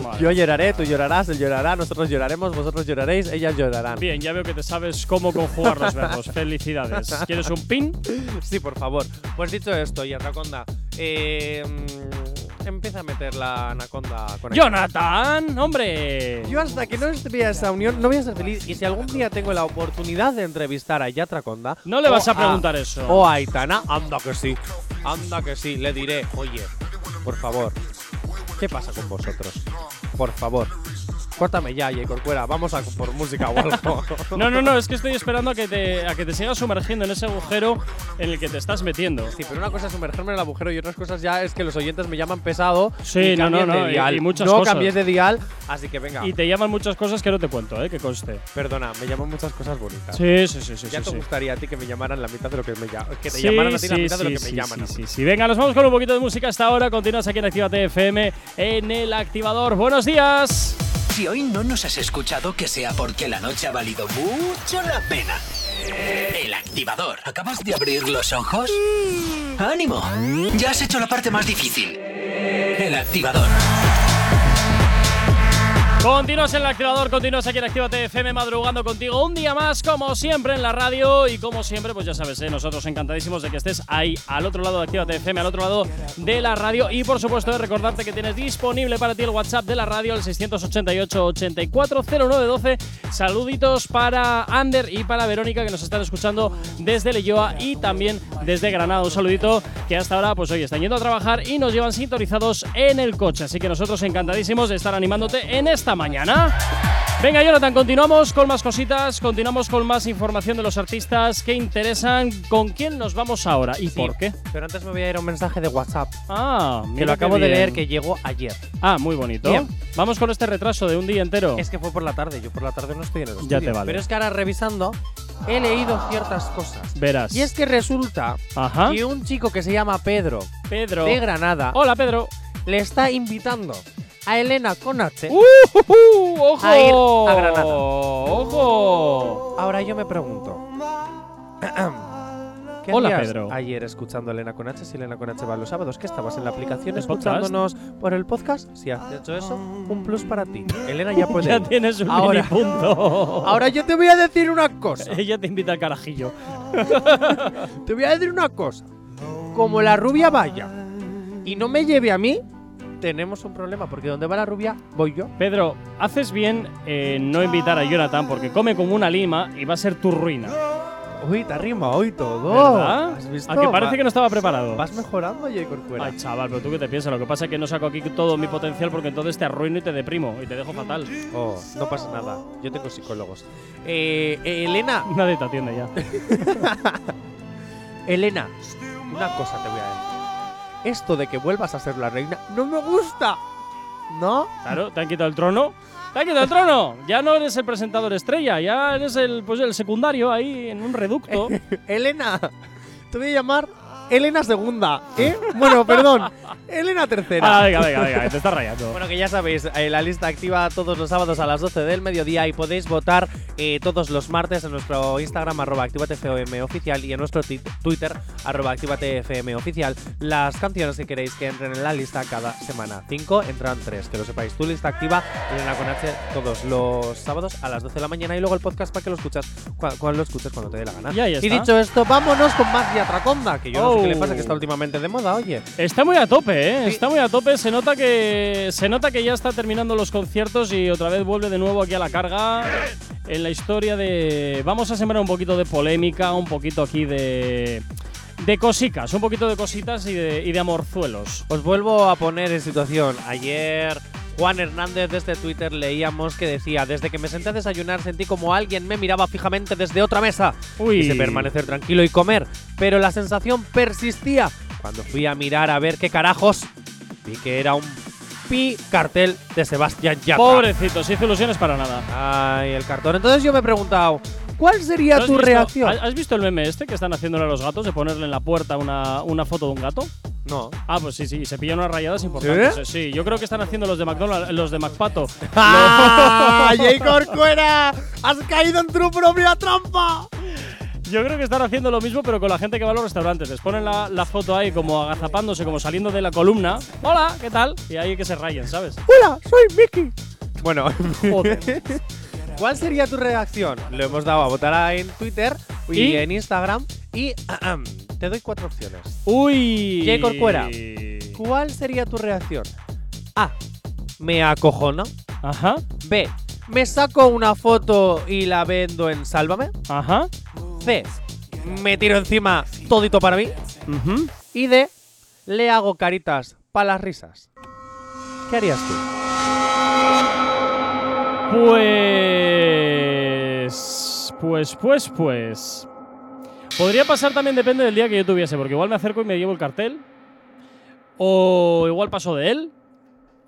[SPEAKER 3] Vale.
[SPEAKER 4] Yo lloraré, tú llorarás, él llorará, nosotros lloraremos, vosotros lloraréis, ellas llorarán.
[SPEAKER 3] Bien, ya veo que te sabes cómo conjugar los verbos. Felicidades. ¿Quieres un pin?
[SPEAKER 4] Sí, por favor. Pues dicho esto, y Anaconda, eh, mm, empieza a meter la Anaconda con ella.
[SPEAKER 3] ¡Jonathan! ¡Hombre!
[SPEAKER 4] Yo hasta que no esté a esa unión no voy a ser feliz y si algún día tengo la oportunidad de entrevistar a Yatra Conda
[SPEAKER 3] No le
[SPEAKER 4] o
[SPEAKER 3] vas a preguntar eso.
[SPEAKER 4] O a Aitana, anda que sí, anda que sí, le diré, oye, por favor, ¿qué pasa con vosotros? Por favor, Córtame ya, J. Corcuera. Vamos a por música o algo.
[SPEAKER 3] No, no, no, es que estoy esperando a que te, a que te sigas sumergiendo en ese agujero en el que te estás metiendo.
[SPEAKER 4] Sí, pero una cosa es sumergerme en el agujero y otras cosas ya es que los oyentes me llaman pesado.
[SPEAKER 3] Sí,
[SPEAKER 4] y
[SPEAKER 3] no,
[SPEAKER 4] cambien
[SPEAKER 3] no, no,
[SPEAKER 4] de
[SPEAKER 3] y-
[SPEAKER 4] dial.
[SPEAKER 3] y muchas
[SPEAKER 4] no
[SPEAKER 3] cosas.
[SPEAKER 4] cambies de dial, así que venga.
[SPEAKER 3] Y te llaman muchas cosas que no te cuento, ¿eh? Que conste.
[SPEAKER 4] Perdona, me llaman muchas cosas bonitas.
[SPEAKER 3] Sí, sí, sí, sí.
[SPEAKER 4] Ya
[SPEAKER 3] sí,
[SPEAKER 4] te
[SPEAKER 3] sí.
[SPEAKER 4] gustaría a ti que me llamaran la mitad de lo que me llaman. Que te
[SPEAKER 3] Sí,
[SPEAKER 4] llamaran a ti la
[SPEAKER 3] sí,
[SPEAKER 4] mitad de lo
[SPEAKER 3] sí,
[SPEAKER 4] que
[SPEAKER 3] sí,
[SPEAKER 4] me llaman. a
[SPEAKER 3] Sí,
[SPEAKER 4] mí.
[SPEAKER 3] sí, sí. Venga, nos vamos con un poquito de música hasta ahora. Continúas aquí en Actívate FM en el activador. ¡Buenos días!
[SPEAKER 2] Si hoy no nos has escuchado, que sea porque la noche ha valido mucho la pena. El activador. ¿Acabas de abrir los ojos? ¡Ánimo! Ya has hecho la parte más difícil. El activador.
[SPEAKER 3] Continúas en el activador, continúas aquí en Actívate FM madrugando contigo un día más, como siempre en la radio y como siempre, pues ya sabes, ¿eh? nosotros encantadísimos de que estés ahí al otro lado de Actívate FM, al otro lado de la radio y por supuesto de recordarte que tienes disponible para ti el WhatsApp de la radio, el 688-840912. Saluditos para Ander y para Verónica que nos están escuchando desde Leyoa y también desde Granada. Un saludito que hasta ahora, pues hoy están yendo a trabajar y nos llevan sintonizados en el coche. Así que nosotros encantadísimos de estar animándote en esta mañana. Venga, Jonathan, continuamos con más cositas, continuamos con más información de los artistas que interesan. ¿Con quién nos vamos ahora y por qué?
[SPEAKER 4] Pero antes me voy a ir a un mensaje de WhatsApp.
[SPEAKER 3] Ah, mira
[SPEAKER 4] Que lo
[SPEAKER 3] qué
[SPEAKER 4] acabo de
[SPEAKER 3] bien.
[SPEAKER 4] leer, que llegó ayer.
[SPEAKER 3] Ah, muy bonito.
[SPEAKER 4] Bien.
[SPEAKER 3] Vamos con este retraso de un día entero.
[SPEAKER 4] Es que fue por la tarde, yo por la tarde no estoy en el
[SPEAKER 3] Ya
[SPEAKER 4] estudio.
[SPEAKER 3] te vale.
[SPEAKER 4] Pero es que ahora revisando, he leído ciertas cosas.
[SPEAKER 3] Verás.
[SPEAKER 4] Y es que resulta
[SPEAKER 3] Ajá.
[SPEAKER 4] que un chico que se llama Pedro,
[SPEAKER 3] Pedro.
[SPEAKER 4] de Granada,
[SPEAKER 3] Hola, Pedro.
[SPEAKER 4] le está invitando a Elena Conache.
[SPEAKER 3] ¡Uh, uh, uh! ¡Ojo!
[SPEAKER 4] A ir a Granada.
[SPEAKER 3] ¡Ojo!
[SPEAKER 4] Ahora yo me pregunto. ¿Qué
[SPEAKER 3] Hola,
[SPEAKER 4] hacías
[SPEAKER 3] Pedro.
[SPEAKER 4] Ayer escuchando a Elena Conache, si Elena Conache va los sábados, ¿qué estabas en la aplicación
[SPEAKER 3] ¿El podcast?
[SPEAKER 4] escuchándonos por el podcast? Si has hecho eso, un plus para ti. Elena ya puede.
[SPEAKER 3] Ya
[SPEAKER 4] ir.
[SPEAKER 3] tienes un
[SPEAKER 4] Ahora.
[SPEAKER 3] mini punto.
[SPEAKER 4] Ahora yo te voy a decir una cosa.
[SPEAKER 3] Ella te invita al carajillo.
[SPEAKER 4] Te voy a decir una cosa. Como la rubia vaya y no me lleve a mí, tenemos un problema, porque donde va la rubia, voy yo.
[SPEAKER 3] Pedro, haces bien en no invitar a Jonathan porque come como una lima y va a ser tu ruina.
[SPEAKER 4] Uy, te arrima hoy todo.
[SPEAKER 3] ¿Verdad?
[SPEAKER 4] Oh. ¿Has visto?
[SPEAKER 3] A que parece
[SPEAKER 4] Va-
[SPEAKER 3] que no estaba preparado.
[SPEAKER 4] Vas mejorando, J. Corcuera.
[SPEAKER 3] Ay, chaval, pero tú qué te piensas. Lo que pasa es que no saco aquí todo mi potencial porque entonces te arruino y te deprimo y te dejo fatal.
[SPEAKER 4] Oh, no pasa nada. Yo tengo psicólogos. Eh, eh, Elena,
[SPEAKER 3] Nadie te atiende ya.
[SPEAKER 4] Elena, una cosa te voy a decir. Esto de que vuelvas a ser la reina no me gusta. ¿No?
[SPEAKER 3] Claro, te han quitado el trono. ¡Te han quitado el trono! Ya no eres el presentador estrella, ya eres el, pues, el secundario ahí en un reducto.
[SPEAKER 4] Oh, Elena, te voy a llamar Elena Segunda. ¿Eh? Bueno, perdón. Elena Tercera.
[SPEAKER 3] Ah, venga, venga, venga, te estás rayando.
[SPEAKER 4] Bueno, que ya sabéis, eh, la lista activa todos los sábados a las 12 del mediodía y podéis votar eh, todos los martes en nuestro Instagram, arroba activatefm oficial y en nuestro ti- Twitter, arroba activatefm oficial, las canciones que queréis que entren en la lista cada semana. 5 entran 3, que lo sepáis. Tu lista activa, Elena con H, todos los sábados a las 12 de la mañana y luego el podcast para que lo escuchas cua- cuando lo escuches cuando te dé la gana.
[SPEAKER 3] Y ahí está.
[SPEAKER 4] dicho esto, vámonos con más de Atraconda, que yo no sé qué le
[SPEAKER 3] Oh.
[SPEAKER 4] pasa, que está últimamente de moda, oye.
[SPEAKER 3] Está muy a tope, ¿eh?
[SPEAKER 4] Sí.
[SPEAKER 3] Está muy a tope. Se nota que se nota que ya está terminando los conciertos y otra vez vuelve de nuevo aquí a la carga en la historia de vamos a sembrar un poquito de polémica, un poquito aquí de de cositas, un poquito de cositas y de, y de amorzuelos.
[SPEAKER 4] Os vuelvo a poner en situación. Ayer Juan Hernández desde Twitter leíamos que decía, desde que me senté a desayunar sentí como alguien me miraba fijamente desde otra mesa.
[SPEAKER 3] Uy.
[SPEAKER 4] Quise permanecer tranquilo y comer, pero la sensación persistía. Cuando fui a mirar a ver qué carajos, vi que era un pi cartel de Sebastián Yatra.
[SPEAKER 3] Pobrecito, se hizo ilusiones para nada.
[SPEAKER 4] Ay, el cartón. Entonces yo me he preguntado, ¿cuál sería
[SPEAKER 3] ¿Has
[SPEAKER 4] tu
[SPEAKER 3] visto-
[SPEAKER 4] reacción?
[SPEAKER 3] ¿Has visto el meme este que están haciéndole a los gatos de ponerle en la puerta una, una foto de un gato?
[SPEAKER 4] No.
[SPEAKER 3] Ah, pues sí, sí, se pillan unas rayadas importantes. ¿Sí?
[SPEAKER 4] ¿Sí?
[SPEAKER 3] yo creo que están haciendo los de McDonald's, los de McPato.
[SPEAKER 4] ¡Ah! ¡Jay Corcuera! ¡Has caído en tu propia trampa!
[SPEAKER 3] Yo creo que están haciendo lo mismo, pero con la gente que va a los restaurantes. Les ponen la, la foto ahí como agazapándose, como saliendo de la columna. Hola, ¿qué tal? Y ahí que se rayan, ¿sabes?
[SPEAKER 4] ¡Hola! ¡Soy Mickey! Bueno,
[SPEAKER 3] Joder.
[SPEAKER 4] ¿cuál sería tu reacción? Lo hemos dado a votar a- en Twitter y,
[SPEAKER 3] ¿Y?
[SPEAKER 4] en Instagram. Y ahem, te doy cuatro opciones.
[SPEAKER 3] Uy.
[SPEAKER 4] J. Corcuera. ¿Cuál sería tu reacción? A. Me acojono.
[SPEAKER 3] Ajá,
[SPEAKER 4] B. Me saco una foto y la vendo en Sálvame.
[SPEAKER 3] ajá.
[SPEAKER 4] C. Me tiro encima todito para mí.
[SPEAKER 3] ujú.
[SPEAKER 4] Y D. Le hago caritas para las risas. ¿Qué harías tú?
[SPEAKER 3] Pues. Pues, pues, pues. Podría pasar también, depende del día que yo tuviese, porque igual me acerco y me llevo el cartel. O igual paso de él.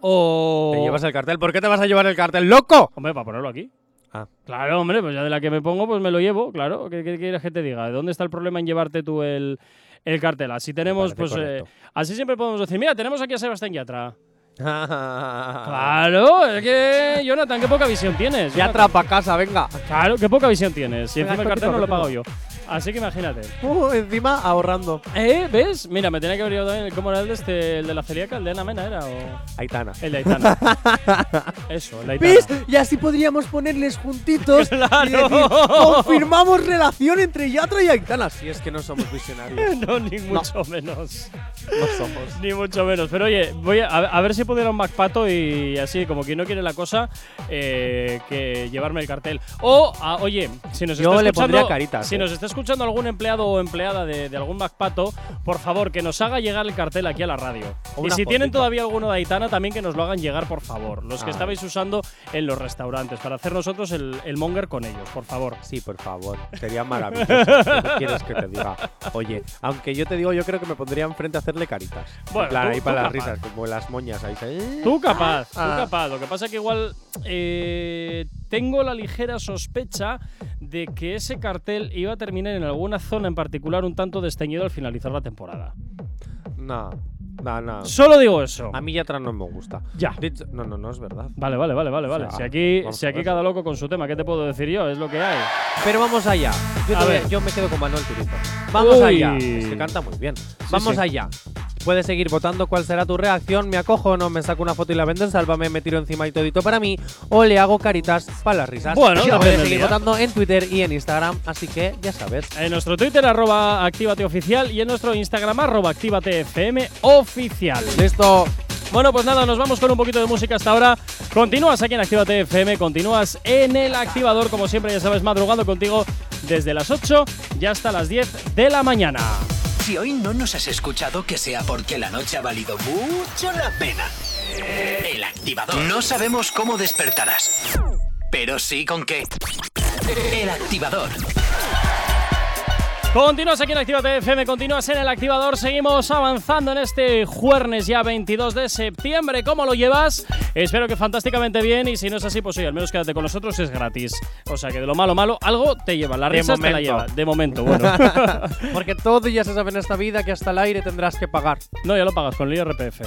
[SPEAKER 3] O.
[SPEAKER 4] Te llevas el cartel. ¿Por qué te vas a llevar el cartel, loco?
[SPEAKER 3] Hombre, para ponerlo aquí.
[SPEAKER 4] Ah.
[SPEAKER 3] Claro, hombre, pues ya de la que me pongo, pues me lo llevo, claro. ¿Qué, qué quieres que te diga? ¿De dónde está el problema en llevarte tú el, el cartel? Así tenemos,
[SPEAKER 4] parece
[SPEAKER 3] pues. eh,
[SPEAKER 4] correcto.
[SPEAKER 3] así siempre podemos decir, mira, tenemos aquí a Sebastián Yatra. Claro, es que. Jonathan, qué poca visión tienes.
[SPEAKER 4] Ya
[SPEAKER 3] Jonathan.
[SPEAKER 4] atrapa casa, venga.
[SPEAKER 3] Claro, qué poca visión tienes. Y
[SPEAKER 4] Venga,
[SPEAKER 3] encima el cartel no
[SPEAKER 4] continúa,
[SPEAKER 3] lo pago yo. Así que imagínate.
[SPEAKER 4] Uh, encima ahorrando.
[SPEAKER 3] ¿Eh? ¿Ves? Mira, me tenía que haber llevado también. ¿Cómo era el de, este, el de la celíaca? ¿El de Ana Mena era? ¿O
[SPEAKER 4] Aitana.
[SPEAKER 3] el de Aitana? Eso, el de Aitana.
[SPEAKER 4] ¿Ves? Y así podríamos ponerles juntitos
[SPEAKER 3] Claro.
[SPEAKER 4] y decir, confirmamos relación entre Yatra y Aitana. Si es que no somos visionarios.
[SPEAKER 3] No, ni mucho menos.
[SPEAKER 4] no somos.
[SPEAKER 3] Ni mucho menos. Pero oye, voy a, a ver si pudiera un MacPato y así, como quien no quiere la cosa, eh, que llevarme el cartel. O, ah, oye, si nos
[SPEAKER 4] Yo
[SPEAKER 3] está
[SPEAKER 4] le
[SPEAKER 3] escuchando,
[SPEAKER 4] pondría caritas,
[SPEAKER 3] si
[SPEAKER 4] eh.
[SPEAKER 3] nos está escuchando algún empleado o empleada de, de algún MacPato, por favor, que nos haga llegar el cartel aquí a la radio.
[SPEAKER 4] O
[SPEAKER 3] Y
[SPEAKER 4] una
[SPEAKER 3] si tienen
[SPEAKER 4] fotito.
[SPEAKER 3] todavía alguno de Aitana, también que nos lo hagan llegar, por favor. Los que
[SPEAKER 4] Ah.
[SPEAKER 3] estabais usando en los restaurantes, para hacer nosotros el, el monger con ellos, por favor.
[SPEAKER 4] Sí, por favor, sería maravilloso. ¿Qué quieres que te diga? Oye, aunque yo te digo, yo crro que me pondría enfrente a hacerle caritas.
[SPEAKER 3] Bueno,
[SPEAKER 4] en plan,
[SPEAKER 3] tú-
[SPEAKER 4] ahí para
[SPEAKER 3] tú
[SPEAKER 4] las
[SPEAKER 3] capaz.
[SPEAKER 4] risas, como las moñas ahí. se-
[SPEAKER 3] Tú capaz,
[SPEAKER 4] Ah.
[SPEAKER 3] tú capaz. Lo que pasa es que igual eh, tengo la ligera sospecha de que ese cartel iba a terminar en alguna zona en particular un tanto desteñido al finalizar la temporada.
[SPEAKER 4] No, no, no.
[SPEAKER 3] Solo digo eso.
[SPEAKER 4] Ah. A mí Yatra no me gusta.
[SPEAKER 3] Ya.
[SPEAKER 4] De hecho- no, no, no es verdad.
[SPEAKER 3] Vale, vale, vale, vale, vale.
[SPEAKER 4] O sea,
[SPEAKER 3] Si aquí,
[SPEAKER 4] vamos
[SPEAKER 3] si
[SPEAKER 4] a
[SPEAKER 3] aquí
[SPEAKER 4] ver.
[SPEAKER 3] cada loco con su tema, ¿qué te puedo decir yo? Es lo que hay.
[SPEAKER 4] Pero vamos allá. Yo,
[SPEAKER 3] A
[SPEAKER 4] te voy-
[SPEAKER 3] ver.
[SPEAKER 4] yo me quedo con Manuel Turizo. Vamos
[SPEAKER 3] Uy.
[SPEAKER 4] allá. Es que canta muy bien. vamos
[SPEAKER 3] sí.
[SPEAKER 4] allá. Puedes seguir votando cuál será tu reacción. Me acojo o no, me saco una foto y la vendo en Sálvame, me tiro encima y todito para mí. O le hago caritas para las risas.
[SPEAKER 3] Bueno,
[SPEAKER 4] Y
[SPEAKER 3] depende
[SPEAKER 4] puedes
[SPEAKER 3] del
[SPEAKER 4] seguir
[SPEAKER 3] día.
[SPEAKER 4] votando en Twitter y en Instagram. Así que ya sabes.
[SPEAKER 3] En nuestro Twitter, arroba Actívate Oficial, y en nuestro Instagram, arroba Actívate FM Oficial.
[SPEAKER 4] Listo.
[SPEAKER 3] Bueno, pues nada, nos vamos con un poquito de música hasta ahora. Continúas aquí en Actívate FM, continúas en el activador, como siempre, ya sabes, madrugando contigo desde las 8 y hasta las 10 de la mañana.
[SPEAKER 2] Si hoy no nos has escuchado, que sea porque la noche ha valido mucho la pena. El activador. No sabemos cómo despertarás, pero sí con qué. El activador.
[SPEAKER 3] Continúas aquí en Actívate FM, continúas en el activador, seguimos avanzando en este jueves ya 22 de septiembre. ¿Cómo lo llevas? Espero que fantásticamente bien y si no es así, pues oye, al menos quédate con nosotros, es gratis. O sea que de lo malo, malo, algo te lleva, la
[SPEAKER 4] De
[SPEAKER 3] risa te la
[SPEAKER 4] momento.
[SPEAKER 3] lleva. De momento, bueno.
[SPEAKER 4] Porque todo ya se sabe en esta vida que hasta el aire tendrás que pagar.
[SPEAKER 3] no, ya lo pagas con el IRPF.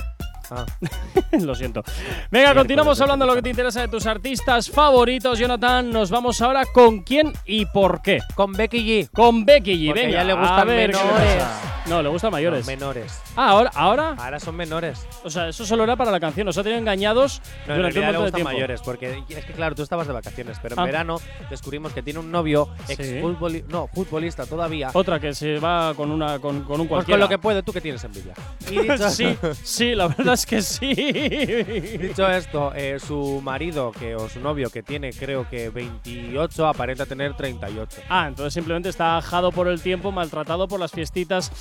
[SPEAKER 4] Ah.
[SPEAKER 3] Lo siento. Venga, continuamos hablando de lo que te interesa de tus artistas favoritos. Jonathan, nos vamos ahora con quién y por qué.
[SPEAKER 4] Con Becky G.
[SPEAKER 3] Con Becky G,
[SPEAKER 4] Porque
[SPEAKER 3] venga.
[SPEAKER 4] a ella le
[SPEAKER 3] gusta
[SPEAKER 4] gustan
[SPEAKER 3] ver qué le
[SPEAKER 4] menores.
[SPEAKER 3] pasa. No, le gustan mayores.
[SPEAKER 4] No, menores.
[SPEAKER 3] ah, ahora, ahora.
[SPEAKER 4] Ahora son menores.
[SPEAKER 3] O sea, eso solo era para la canción. Nos ha tenido engañados
[SPEAKER 4] No, en
[SPEAKER 3] durante un
[SPEAKER 4] realidad le
[SPEAKER 3] montón de
[SPEAKER 4] gustan
[SPEAKER 3] tiempo.
[SPEAKER 4] mayores, porque es que claro, tú estabas de vacaciones, pero en
[SPEAKER 3] Ah.
[SPEAKER 4] verano descubrimos que tiene un novio,
[SPEAKER 3] Sí.
[SPEAKER 4] ex no, futbolista todavía.
[SPEAKER 3] Otra que se va con una con, con un
[SPEAKER 4] Pues
[SPEAKER 3] cualquiera.
[SPEAKER 4] con lo que puede, tú que tienes envidia. Y dicho,
[SPEAKER 3] sí, sí, la verdad es que sí.
[SPEAKER 4] dicho esto, eh, su marido que o su novio que tiene creo que 28 aparenta tener 38.
[SPEAKER 3] Ah, entonces simplemente está ajado por el tiempo, maltratado por las fiestitas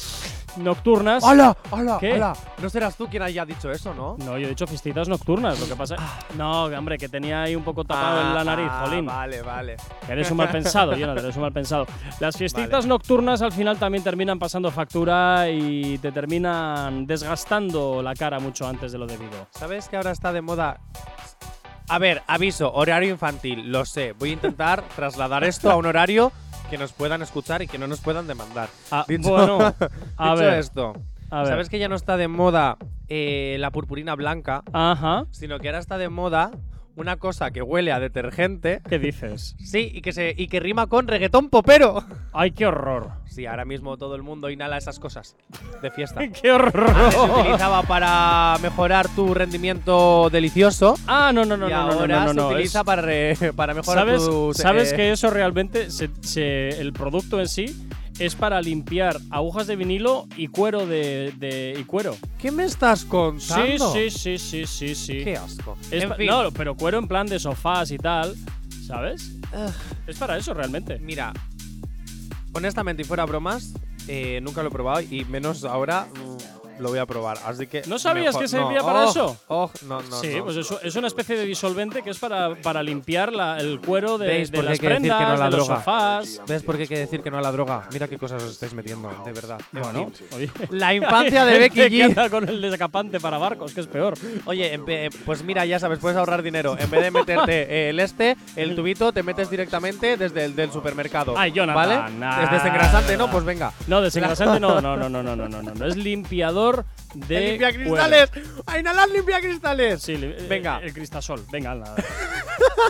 [SPEAKER 3] nocturnas.
[SPEAKER 4] ¡Hala! ¡Hala!
[SPEAKER 3] ¿Qué?
[SPEAKER 4] ¡Hala! No serás tú quien haya dicho eso, ¿no?
[SPEAKER 3] No, yo he dicho fiestitas nocturnas, lo que pasa... No, hombre, que tenía ahí un poco tapado
[SPEAKER 4] Ah,
[SPEAKER 3] en la nariz,
[SPEAKER 4] ah,
[SPEAKER 3] jolín.
[SPEAKER 4] Vale, vale.
[SPEAKER 3] Que Eres un mal pensado, Jonathan, eres un mal pensado. Las fiestitas nocturnas al final también terminan pasando factura y te terminan desgastando la cara mucho antes de lo debido.
[SPEAKER 4] ¿Sabes que ahora está de moda? A ver, aviso, horario infantil, lo sé. Voy a intentar trasladar esto a un horario que nos puedan escuchar y que no nos puedan demandar.
[SPEAKER 3] Ah,
[SPEAKER 4] Dicho-
[SPEAKER 3] bueno, a
[SPEAKER 4] Dicho
[SPEAKER 3] ver,
[SPEAKER 4] esto,
[SPEAKER 3] a ver.
[SPEAKER 4] ¿sabes que ya no está de moda eh, la purpurina blanca?
[SPEAKER 3] Ajá,
[SPEAKER 4] Sino que ahora está de moda una cosa que huele a detergente.
[SPEAKER 3] ¿qué dices?
[SPEAKER 4] Sí, y que, se, y que rima con reggaetón popero.
[SPEAKER 3] ¡Ay, qué horror!
[SPEAKER 4] Sí, ahora mismo todo el mundo inhala esas cosas de fiesta.
[SPEAKER 3] ¡Qué
[SPEAKER 4] Antes se
[SPEAKER 3] horror!
[SPEAKER 4] utilizaba para mejorar tu rendimiento delicioso.
[SPEAKER 3] Ah, no, no, no,
[SPEAKER 4] y
[SPEAKER 3] no, no, no, no,
[SPEAKER 4] ahora
[SPEAKER 3] no,
[SPEAKER 4] se
[SPEAKER 3] es-
[SPEAKER 4] utiliza para, re- para mejorar
[SPEAKER 3] ¿Sabes,
[SPEAKER 4] tus,
[SPEAKER 3] sabes
[SPEAKER 4] eh,
[SPEAKER 3] que eso realmente, se- se- el producto en sí es para limpiar agujas de vinilo y cuero de, de- y cuero.
[SPEAKER 4] ¿Qué me estás
[SPEAKER 3] Sí,
[SPEAKER 4] contando?
[SPEAKER 3] sí, sí, sí, sí, sí.
[SPEAKER 4] Qué asco.
[SPEAKER 3] Es
[SPEAKER 4] En
[SPEAKER 3] pa-
[SPEAKER 4] fin,
[SPEAKER 3] No, pero cuero en plan de sofás y tal, ¿sabes? Es para eso realmente.
[SPEAKER 4] mira, honestamente y fuera bromas, eh, nunca lo he probado y menos ahora. mm, lo voy a probar. Así que.
[SPEAKER 3] ¿No sabías
[SPEAKER 4] mejor-
[SPEAKER 3] que
[SPEAKER 4] no.
[SPEAKER 3] servía para
[SPEAKER 4] Oh,
[SPEAKER 3] eso?
[SPEAKER 4] oh, no, no.
[SPEAKER 3] sí,
[SPEAKER 4] no.
[SPEAKER 3] pues eso- es, una especie de disolvente que es para, para limpiar la- el cuero de,
[SPEAKER 4] ¿Veis
[SPEAKER 3] de
[SPEAKER 4] por qué
[SPEAKER 3] las
[SPEAKER 4] hay que decir que no
[SPEAKER 3] prendas,
[SPEAKER 4] a la
[SPEAKER 3] de los
[SPEAKER 4] droga?
[SPEAKER 3] sofás.
[SPEAKER 4] ¿Ves por qué hay que decir que no a la droga? Mira qué cosas os estáis metiendo, de verdad.
[SPEAKER 3] Bueno, oye.
[SPEAKER 4] La infancia de
[SPEAKER 3] Hay
[SPEAKER 4] Becky
[SPEAKER 3] gente que
[SPEAKER 4] G.
[SPEAKER 3] anda con el descapante para barcos, que es peor.
[SPEAKER 4] Oye, en vez- pues mira, ya sabes, puedes ahorrar dinero. En vez de meterte eh, el este, el tubito, te metes directamente desde el del supermercado.
[SPEAKER 3] Ay, Jonathan,
[SPEAKER 4] ¿Vale?
[SPEAKER 3] nada.
[SPEAKER 4] Es desengrasante, ¿no? Pues venga.
[SPEAKER 3] No, desengrasante no, no, no, no, no, no, no, no, no. Es limpiador de.
[SPEAKER 4] ¡Limpia
[SPEAKER 3] cuero.
[SPEAKER 4] cristales! ¡A inhalar limpia cristales!
[SPEAKER 3] Sí, li- eh,
[SPEAKER 4] Venga.
[SPEAKER 3] El, cristasol, venga, anda.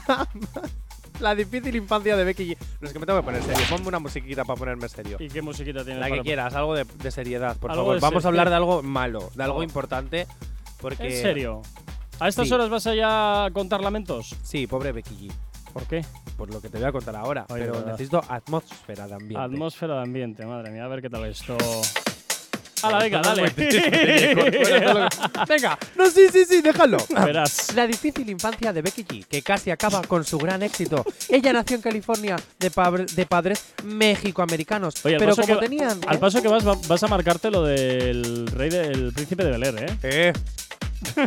[SPEAKER 3] eh.
[SPEAKER 4] La difícil infancia de Becky G. No, es que me tengo que poner serio. Ponme una musiquita para ponerme serio.
[SPEAKER 3] ¿Y qué musiquita tiene
[SPEAKER 4] La que quieras, algo de, de seriedad, por
[SPEAKER 3] Algo
[SPEAKER 4] favor.
[SPEAKER 3] de
[SPEAKER 4] Vamos a hablar
[SPEAKER 3] seriedad.
[SPEAKER 4] de algo malo, de algo
[SPEAKER 3] Oh.
[SPEAKER 4] importante. Porque.
[SPEAKER 3] ¿En serio? ¿A estas
[SPEAKER 4] Sí.
[SPEAKER 3] horas vas allá a contar lamentos?
[SPEAKER 4] Sí, pobre Becky G.
[SPEAKER 3] ¿Por qué?
[SPEAKER 4] Por lo que te voy a contar ahora.
[SPEAKER 3] Ay,
[SPEAKER 4] pero
[SPEAKER 3] verdad.
[SPEAKER 4] necesito atmósfera también.
[SPEAKER 3] Atmósfera de ambiente, madre mía, a ver qué tal esto. ¡Hala, venga,
[SPEAKER 4] Todo
[SPEAKER 3] dale!
[SPEAKER 4] muy triste, Diego. Venga, no, sí, sí, sí, déjalo.
[SPEAKER 3] Verás.
[SPEAKER 4] La difícil infancia de Becky G, que casi acaba con su gran éxito. Ella nació en California de, pabr- de padres mexicoamericanos.
[SPEAKER 3] Oye, al
[SPEAKER 4] pero
[SPEAKER 3] paso
[SPEAKER 4] como
[SPEAKER 3] que-
[SPEAKER 4] tenían. ¿eh?
[SPEAKER 3] Al paso que vas, va- vas a marcarte lo del rey del príncipe de Bel Air, ¿eh?
[SPEAKER 4] Eh.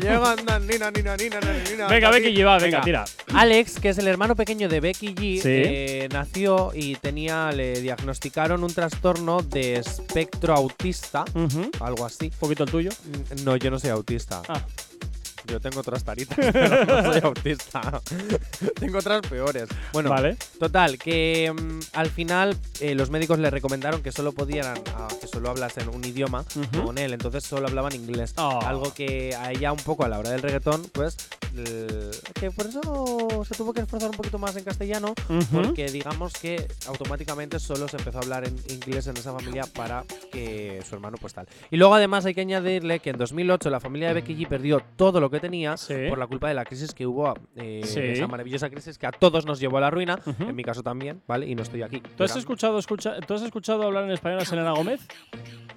[SPEAKER 4] Llegan, na, nina, nina, nina, nina, nina,
[SPEAKER 3] Venga,
[SPEAKER 4] aquí.
[SPEAKER 3] Becky, lleva, venga, tira.
[SPEAKER 4] Alex, que es el hermano pequeño de Becky G,
[SPEAKER 3] Sí.
[SPEAKER 4] eh, nació y tenía, le diagnosticaron un trastorno de espectro autista,
[SPEAKER 3] Ujú.
[SPEAKER 4] algo así.
[SPEAKER 3] Un poquito el tuyo.
[SPEAKER 4] N- Mm, No, yo no soy autista.
[SPEAKER 3] Ah.
[SPEAKER 4] Yo tengo otras taritas, pero no soy autista. tengo otras peores. Bueno,
[SPEAKER 3] Vale.
[SPEAKER 4] total, que mm, al final eh, los médicos le recomendaron que solo pudieran, ah, que solo hablasen un idioma
[SPEAKER 3] Ujú.
[SPEAKER 4] con él, entonces solo hablaban inglés.
[SPEAKER 3] Oh.
[SPEAKER 4] Algo que a ella un poco a la hora del reggaetón, pues, l- que por eso se tuvo que esforzar un poquito más en castellano,
[SPEAKER 3] Ujú.
[SPEAKER 4] porque digamos que automáticamente solo se empezó a hablar en inglés en esa familia para que su hermano pues tal. Y luego además hay que añadirle que en 2008 la familia de Becky G perdió todo lo que tenía
[SPEAKER 3] Sí.
[SPEAKER 4] por la culpa de la crisis que hubo, eh,
[SPEAKER 3] Sí.
[SPEAKER 4] esa maravillosa crisis que a todos nos llevó a la ruina,
[SPEAKER 3] Ujú.
[SPEAKER 4] en mi caso también, ¿vale? Y no estoy aquí.
[SPEAKER 3] ¿Tú has,
[SPEAKER 4] llorando.
[SPEAKER 3] escuchado, escucha, ¿Tú has escuchado hablar en español a Selena Gómez?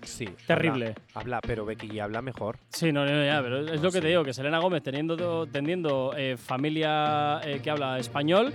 [SPEAKER 4] Sí. habla-
[SPEAKER 3] Terrible.
[SPEAKER 4] Habla, pero Becky G habla mejor.
[SPEAKER 3] Sí, no, no, ya, pero es
[SPEAKER 4] No,
[SPEAKER 3] lo que
[SPEAKER 4] sí.
[SPEAKER 3] te digo, que Selena Gómez, teniendo, teniendo eh, familia eh, que habla español,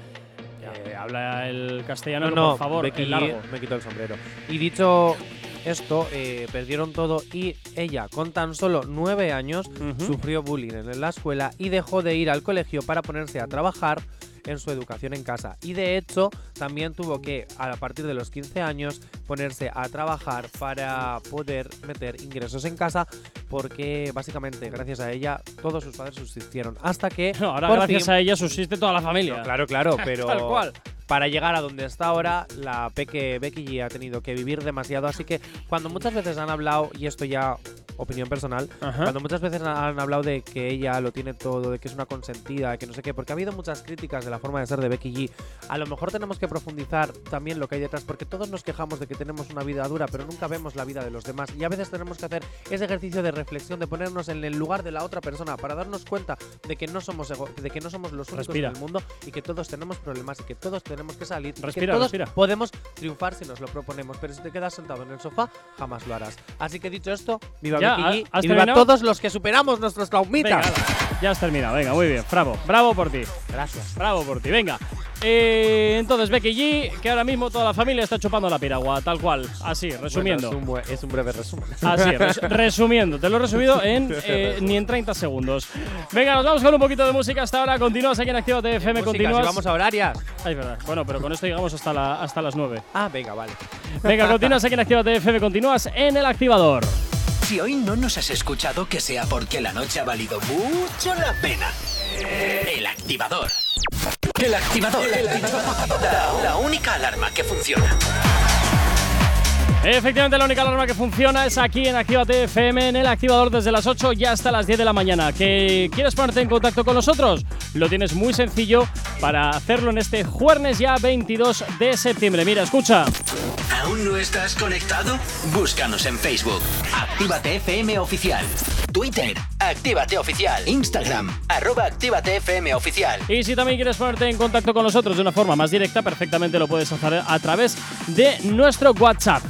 [SPEAKER 3] eh, habla el castellano, que, por favor,
[SPEAKER 4] Becky
[SPEAKER 3] el largo.
[SPEAKER 4] G, me quito el sombrero. Y dicho esto, eh, perdieron todo y ella, con tan solo nueve años,
[SPEAKER 3] Ujú.
[SPEAKER 4] sufrió bullying en la escuela y dejó de ir al colegio para ponerse a trabajar en su educación en casa. Y de hecho, también tuvo que, a partir de los 15 años, ponerse a trabajar para poder meter ingresos en casa, porque básicamente, gracias a ella, todos sus padres subsistieron. Hasta que.
[SPEAKER 3] No, ahora,
[SPEAKER 4] por
[SPEAKER 3] gracias
[SPEAKER 4] fin-
[SPEAKER 3] a ella, subsiste toda la familia.
[SPEAKER 4] No, claro, claro, pero
[SPEAKER 3] Tal cual.
[SPEAKER 4] para llegar a donde está ahora, la peque Becky G ha tenido que vivir demasiado. Así que cuando muchas veces han hablado, y esto ya opinión personal,
[SPEAKER 3] Ajá.
[SPEAKER 4] cuando muchas veces han hablado de que ella lo tiene todo, de que es una consentida, que no sé qué, porque ha habido muchas críticas de la forma de ser de Becky G. A lo mejor tenemos que profundizar también lo que hay detrás, porque todos nos quejamos de que tenemos una vida dura, pero nunca vemos la vida de los demás. Y a veces tenemos que hacer ese ejercicio de reflexión, de ponernos en el lugar de la otra persona, para darnos cuenta de que no somos, ego- de que no somos los únicos
[SPEAKER 3] Respira.
[SPEAKER 4] en el mundo y que todos tenemos problemas y que todos tenemos que salir. y que
[SPEAKER 3] Respira,
[SPEAKER 4] todos
[SPEAKER 3] respira.
[SPEAKER 4] Podemos triunfar si nos lo proponemos, pero si te quedas sentado en el sofá, jamás lo harás. Así que dicho esto, viva
[SPEAKER 3] Ya,
[SPEAKER 4] Becky G
[SPEAKER 3] ¿has- has
[SPEAKER 4] y viva
[SPEAKER 3] terminado?
[SPEAKER 4] todos los que superamos nuestros
[SPEAKER 3] Venga,
[SPEAKER 4] traumitas.
[SPEAKER 3] hala. ya has terminado, venga, muy bien. Bravo, bravo por ti.
[SPEAKER 4] Gracias.
[SPEAKER 3] Bravo por ti, venga. Eh, entonces, Becky G, que ahora mismo toda la familia está chupando la piragua, tal cual. Así, resumiendo.
[SPEAKER 4] Bueno, es, un, bue- es un breve resumen. Pues
[SPEAKER 3] Así, res- resumiendo, te lo he resumido en eh, ni en 30 segundos. Venga, nos vamos con un poquito de música hasta ahora. Continúas aquí en Activa TFM,
[SPEAKER 4] Música,
[SPEAKER 3] continúas.
[SPEAKER 4] si vamos a horarias.
[SPEAKER 3] Ay, verdad. Bueno, pero con esto llegamos hasta, la- hasta las 9.
[SPEAKER 4] Ah, venga, vale.
[SPEAKER 3] Venga, continúas aquí en Activa TFM, continúas en el activador.
[SPEAKER 2] Si hoy no nos has escuchado, que sea porque la noche ha valido mucho la pena. El activador. El activador. El activador. La, la única alarma que funciona.
[SPEAKER 3] Efectivamente, la única alarma que funciona es aquí en Actívate FM, en el activador desde las 8 y hasta las 10 de la mañana. ¿Que quieres ponerte en contacto con nosotros? Lo tienes muy sencillo para hacerlo en este jueves ya 22 de septiembre. Mira, escucha.
[SPEAKER 2] ¿Aún no estás conectado? Búscanos en Facebook. Actívate FM Oficial. Twitter. Actívate Oficial. Instagram. Arroba Actívate FM Oficial.
[SPEAKER 3] Y si también quieres ponerte en contacto con nosotros de una forma más directa, perfectamente lo puedes hacer a través de nuestro WhatsApp.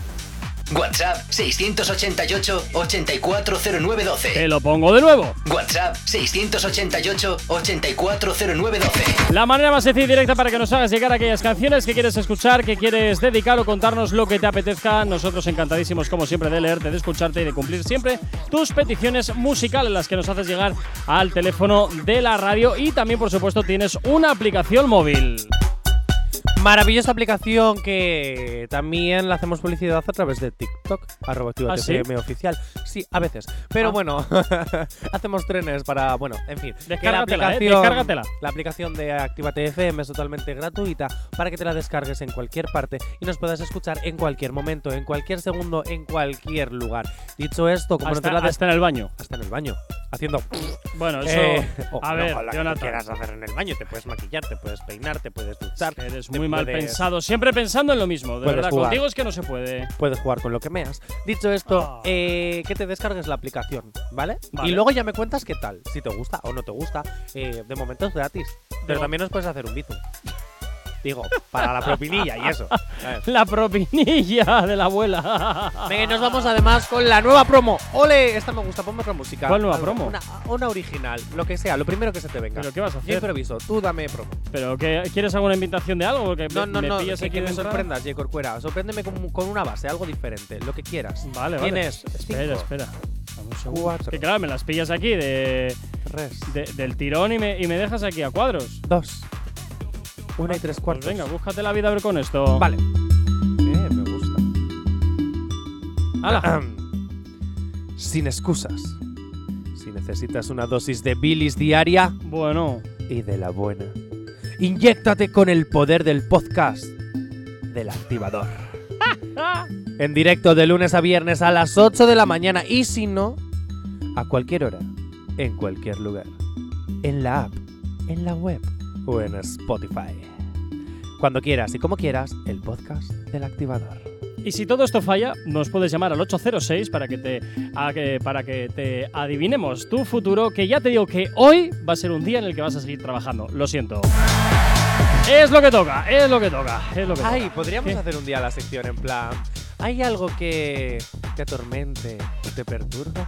[SPEAKER 2] WhatsApp 688 840912.
[SPEAKER 3] Te lo pongo de nuevo.
[SPEAKER 2] WhatsApp 688 840912.
[SPEAKER 3] La manera más sencilla y directa para que nos hagas llegar aquellas canciones que quieres escuchar, que quieres dedicar o contarnos lo que te apetezca. Nosotros encantadísimos, como siempre, de leerte, de escucharte y de cumplir siempre tus peticiones musicales, las que nos haces llegar al teléfono de la radio. Y también, por supuesto, tienes una aplicación móvil.
[SPEAKER 4] Maravillosa aplicación que también la hacemos publicidad a través de TikTok, arroba activa
[SPEAKER 3] ¿Ah, sí?
[SPEAKER 4] TFM oficial. Sí, a veces. Pero
[SPEAKER 3] Ah.
[SPEAKER 4] bueno, hacemos trenes para. Bueno, en fin. que
[SPEAKER 3] Descárgatela, ¿eh? Descárgatela.
[SPEAKER 4] La aplicación de Actívate FM es totalmente gratuita para que te la descargues en cualquier parte y nos puedas escuchar en cualquier momento, en cualquier segundo, en cualquier lugar. Dicho esto, como
[SPEAKER 3] Hasta,
[SPEAKER 4] no te la des-
[SPEAKER 3] hasta en el baño.
[SPEAKER 4] hasta en el baño, haciendo.
[SPEAKER 3] Bueno, eso.
[SPEAKER 4] Eh, o
[SPEAKER 3] a
[SPEAKER 4] no,
[SPEAKER 3] ver,
[SPEAKER 4] o la que
[SPEAKER 3] Jonathan.
[SPEAKER 4] quieras hacer en el baño, te puedes maquillar, te puedes peinar, te puedes duchar.
[SPEAKER 3] Eres
[SPEAKER 4] te
[SPEAKER 3] muy mal
[SPEAKER 4] puedes-
[SPEAKER 3] pensado, siempre pensando en lo mismo. De
[SPEAKER 4] Puedes
[SPEAKER 3] verdad,
[SPEAKER 4] jugar.
[SPEAKER 3] contigo es que no se puede.
[SPEAKER 4] puedes jugar con lo que meas. Dicho esto,
[SPEAKER 3] Ah.
[SPEAKER 4] eh, que te descargues la aplicación, ¿vale?
[SPEAKER 3] Vale.
[SPEAKER 4] Y luego ya me cuentas qué tal, si te gusta o no te gusta. Eh, de momento es gratis, pero
[SPEAKER 3] mo-
[SPEAKER 4] también nos puedes hacer un bizu. Digo, para la propinilla y eso. ¿sabes?
[SPEAKER 3] La propinilla de la abuela.
[SPEAKER 4] Venga, y nos vamos además con la nueva promo. ole Esta me gusta, ponme otra música.
[SPEAKER 3] ¿Cuál nueva
[SPEAKER 4] Algo,
[SPEAKER 3] promo?
[SPEAKER 4] Una, una original, lo que sea, lo primero que se te venga.
[SPEAKER 3] ¿Pero qué vas a
[SPEAKER 4] Yo
[SPEAKER 3] hacer?
[SPEAKER 4] improviso, tú dame promo.
[SPEAKER 3] ¿Pero qué, quieres alguna invitación de algo? Que
[SPEAKER 4] No,
[SPEAKER 3] me-
[SPEAKER 4] no,
[SPEAKER 3] me
[SPEAKER 4] no,
[SPEAKER 3] pillas
[SPEAKER 4] que,
[SPEAKER 3] aquí
[SPEAKER 4] que
[SPEAKER 3] de
[SPEAKER 4] me
[SPEAKER 3] entrada?
[SPEAKER 4] sorprendas, J. Corcuera. Sorpréndeme con, con una base, algo diferente, lo que quieras.
[SPEAKER 3] Vale, vale.
[SPEAKER 4] Tienes
[SPEAKER 3] Espera,
[SPEAKER 4] cinco,
[SPEAKER 3] espera. Dame un segundo.
[SPEAKER 4] cuatro,
[SPEAKER 3] Que claro, me las pillas aquí de,
[SPEAKER 4] tres,
[SPEAKER 3] de- del tirón y me, y me dejas aquí a cuadros.
[SPEAKER 4] dos, una y tres
[SPEAKER 3] Pues
[SPEAKER 4] cuartos.
[SPEAKER 3] venga, búscate la vida a ver con esto.
[SPEAKER 4] Vale. Eh, me gusta. Ah.
[SPEAKER 3] Hala.
[SPEAKER 4] Sin excusas. Si necesitas una dosis de bilis diaria
[SPEAKER 3] Bueno,
[SPEAKER 4] y de la buena, inyéctate con el poder del podcast del activador. en directo de lunes a viernes a las 8 de la mañana y si no, a cualquier hora, en cualquier lugar, en la app, en la web o en Spotify. Cuando quieras y como quieras, el podcast del activador.
[SPEAKER 3] y si todo esto falla, nos puedes llamar al 806 para que te, a que- para que te adivinemos tu futuro, que ya te digo que hoy va a ser un día en el que vas a seguir trabajando. Lo siento. Es lo que toca, es lo que toca, es lo que
[SPEAKER 4] Ay,
[SPEAKER 3] toca.
[SPEAKER 4] podríamos
[SPEAKER 3] ¿Qué?
[SPEAKER 4] hacer un día la sección en plan. ¿Hay algo que te atormente, te perturba?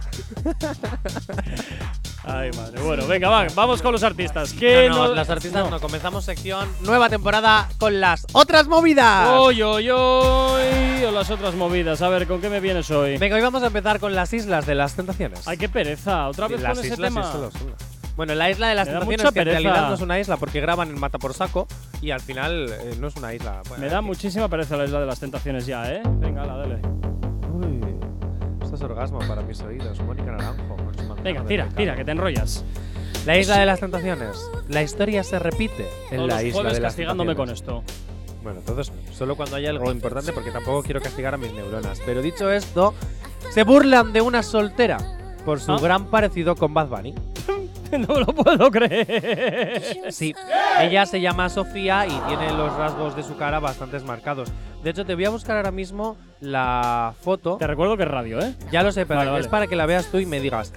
[SPEAKER 3] Ay, madre. Bueno, venga, va, vamos con los artistas. Que
[SPEAKER 4] no,
[SPEAKER 3] no-
[SPEAKER 4] las artistas no.
[SPEAKER 3] no.
[SPEAKER 4] Comenzamos sección nueva temporada con las otras movidas.
[SPEAKER 3] Oy, oy, oy, o las otras movidas. A ver, ¿con qué me vienes hoy?
[SPEAKER 4] Venga, hoy vamos a empezar con las islas de las tentaciones.
[SPEAKER 3] Ay, qué pereza. Otra vez
[SPEAKER 4] Las
[SPEAKER 3] con ese
[SPEAKER 4] islas
[SPEAKER 3] tema.
[SPEAKER 4] sí solo son una. Bueno, la isla de las
[SPEAKER 3] Me da
[SPEAKER 4] tentaciones,
[SPEAKER 3] mucha
[SPEAKER 4] que en
[SPEAKER 3] pereza.
[SPEAKER 4] realidad no es una isla porque graban en Mata por Saco y al final eh, no es una isla. Bueno,
[SPEAKER 3] Me da
[SPEAKER 4] en fin.
[SPEAKER 3] muchísima pereza la isla de las tentaciones ya, ¿eh? Venga, la dale.
[SPEAKER 4] Uy, esto es orgasmo para mis oídos. Mónica Naranjo. con su manzana
[SPEAKER 3] Venga,
[SPEAKER 4] del
[SPEAKER 3] tira,
[SPEAKER 4] pecado.
[SPEAKER 3] tira, que te enrollas.
[SPEAKER 4] La isla de las tentaciones. La historia se repite en
[SPEAKER 3] Todos
[SPEAKER 4] la
[SPEAKER 3] los
[SPEAKER 4] isla
[SPEAKER 3] jueves
[SPEAKER 4] de las
[SPEAKER 3] castigándome con
[SPEAKER 4] tentaciones.
[SPEAKER 3] esto.
[SPEAKER 4] Bueno, todos no. Solo cuando hay algo importante porque tampoco quiero castigar a mis neuronas. Pero dicho esto, se burlan de una soltera por su
[SPEAKER 3] ¿Ah?
[SPEAKER 4] gran parecido con Bad Bunny.
[SPEAKER 3] no lo puedo creer.
[SPEAKER 4] Sí, ella se llama Sofía y tiene los rasgos de su cara bastante marcados. De hecho, te voy a buscar ahora mismo la foto.
[SPEAKER 3] Te recuerdo que es radio, ¿eh?
[SPEAKER 4] Ya lo sé, pero
[SPEAKER 3] Vale,
[SPEAKER 4] es
[SPEAKER 3] vale.
[SPEAKER 4] para que la veas tú y me digas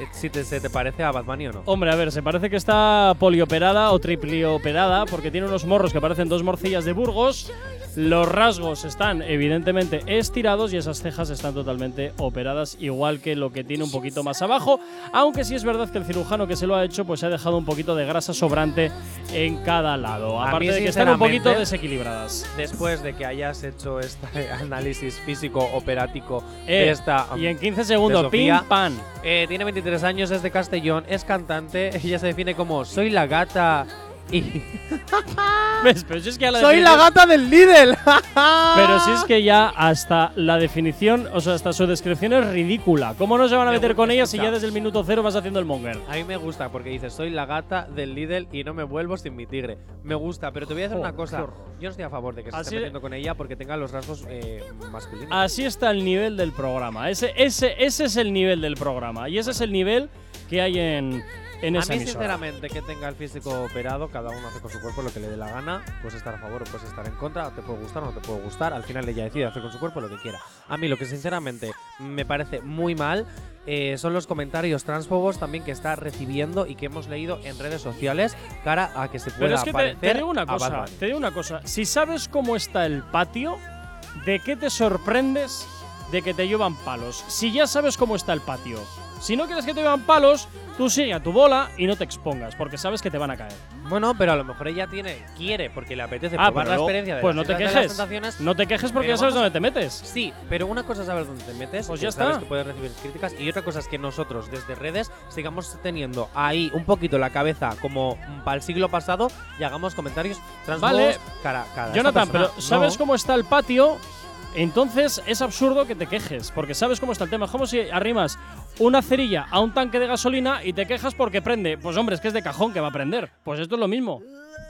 [SPEAKER 4] eh, si te, se te parece a Bad Bunny o no.
[SPEAKER 3] Hombre, a ver, se parece que está polioperada o triplioperada porque tiene unos morros que parecen dos morcillas de Burgos. Los rasgos están evidentemente estirados y esas cejas están totalmente operadas, igual que lo que tiene un poquito más abajo. Aunque sí es verdad que el cirujano que se lo ha hecho pues ha dejado un poquito de grasa sobrante en cada lado.
[SPEAKER 4] A
[SPEAKER 3] Aparte
[SPEAKER 4] mí,
[SPEAKER 3] de que están un poquito
[SPEAKER 4] sinceramente,
[SPEAKER 3] desequilibradas.
[SPEAKER 4] Después de que hayas hecho este análisis físico operático
[SPEAKER 3] Eh,
[SPEAKER 4] de esta...
[SPEAKER 3] y en 15 segundos,
[SPEAKER 4] de
[SPEAKER 3] pim,
[SPEAKER 4] Sofía.
[SPEAKER 3] pam.
[SPEAKER 4] Eh, tiene 23 años, es de Castellón, es cantante. Ella se define como soy la gata... Y
[SPEAKER 3] ¿Ves? Pero si es que a la
[SPEAKER 4] ¡Soy la
[SPEAKER 3] definición-
[SPEAKER 4] gata del Lidl!
[SPEAKER 3] Pero si es que ya hasta la definición, o sea, hasta su descripción es ridícula. ¿Cómo no se van a
[SPEAKER 4] Me
[SPEAKER 3] meter
[SPEAKER 4] gusta,
[SPEAKER 3] con ella si
[SPEAKER 4] escucha.
[SPEAKER 3] ya desde el minuto cero vas haciendo el monger?
[SPEAKER 4] A mí me gusta porque dice, soy la gata del Lidl y no me vuelvo sin mi tigre. Me gusta, pero te voy a decir una
[SPEAKER 3] Joder,
[SPEAKER 4] cosa.
[SPEAKER 3] Oh, qué
[SPEAKER 4] Yo no estoy a favor de que se
[SPEAKER 3] Así
[SPEAKER 4] esté
[SPEAKER 3] de-
[SPEAKER 4] metiendo con ella porque tenga los rasgos eh, masculinos.
[SPEAKER 3] Así está el nivel del programa. Ese, ese, ese es el nivel del programa. Y ese es el nivel que hay en, en
[SPEAKER 4] a
[SPEAKER 3] esa emisora.
[SPEAKER 4] mí, sinceramente, que tenga el físico operado, cada uno hace con su cuerpo lo que le dé la gana. Puedes estar a favor o puedes estar en contra, te puede gustar o no te puede gustar. Al final ella decide hacer con su cuerpo lo que quiera. A mí lo que sinceramente me parece muy mal eh, son los comentarios transfobos también que está recibiendo y que hemos leído en redes sociales cara a que se pueda
[SPEAKER 3] Pero es que te,
[SPEAKER 4] parecer
[SPEAKER 3] te digo
[SPEAKER 4] a
[SPEAKER 3] una
[SPEAKER 4] Bad
[SPEAKER 3] cosa,
[SPEAKER 4] Bunny.
[SPEAKER 3] te digo una cosa. Si sabes cómo está el patio, ¿de qué te sorprendes de que te llevan palos. Si ya sabes cómo está el patio. Si no quieres que te llevan palos, tú sigue a tu bola y no te expongas, porque sabes que te van a caer.
[SPEAKER 4] Bueno, pero a lo mejor ella tiene, quiere, porque le apetece
[SPEAKER 3] Ah,
[SPEAKER 4] probar
[SPEAKER 3] pero
[SPEAKER 4] la
[SPEAKER 3] luego-
[SPEAKER 4] experiencia de
[SPEAKER 3] pues no
[SPEAKER 4] las
[SPEAKER 3] te
[SPEAKER 4] islas de las
[SPEAKER 3] quejes.
[SPEAKER 4] tentaciones.
[SPEAKER 3] No te quejes porque
[SPEAKER 4] Pero
[SPEAKER 3] ya sabes
[SPEAKER 4] vamos-
[SPEAKER 3] dónde te metes.
[SPEAKER 4] Sí, pero una cosa es saber dónde te metes,
[SPEAKER 3] Pues
[SPEAKER 4] que
[SPEAKER 3] ya
[SPEAKER 4] sabes
[SPEAKER 3] está.
[SPEAKER 4] que puedes recibir críticas, y otra cosa es que nosotros desde redes sigamos teniendo ahí un poquito la cabeza como para el siglo pasado y hagamos comentarios transmogos cara, cara a esta
[SPEAKER 3] Jonathan,
[SPEAKER 4] persona.
[SPEAKER 3] pero ¿sabes
[SPEAKER 4] No.
[SPEAKER 3] cómo está el patio? Entonces es absurdo que te quejes, porque sabes cómo está el tema. Es como si arrimas una cerilla a un tanque de gasolina y te quejas porque prende. Pues hombre, es que es de cajón que va a prender. Pues esto es lo mismo.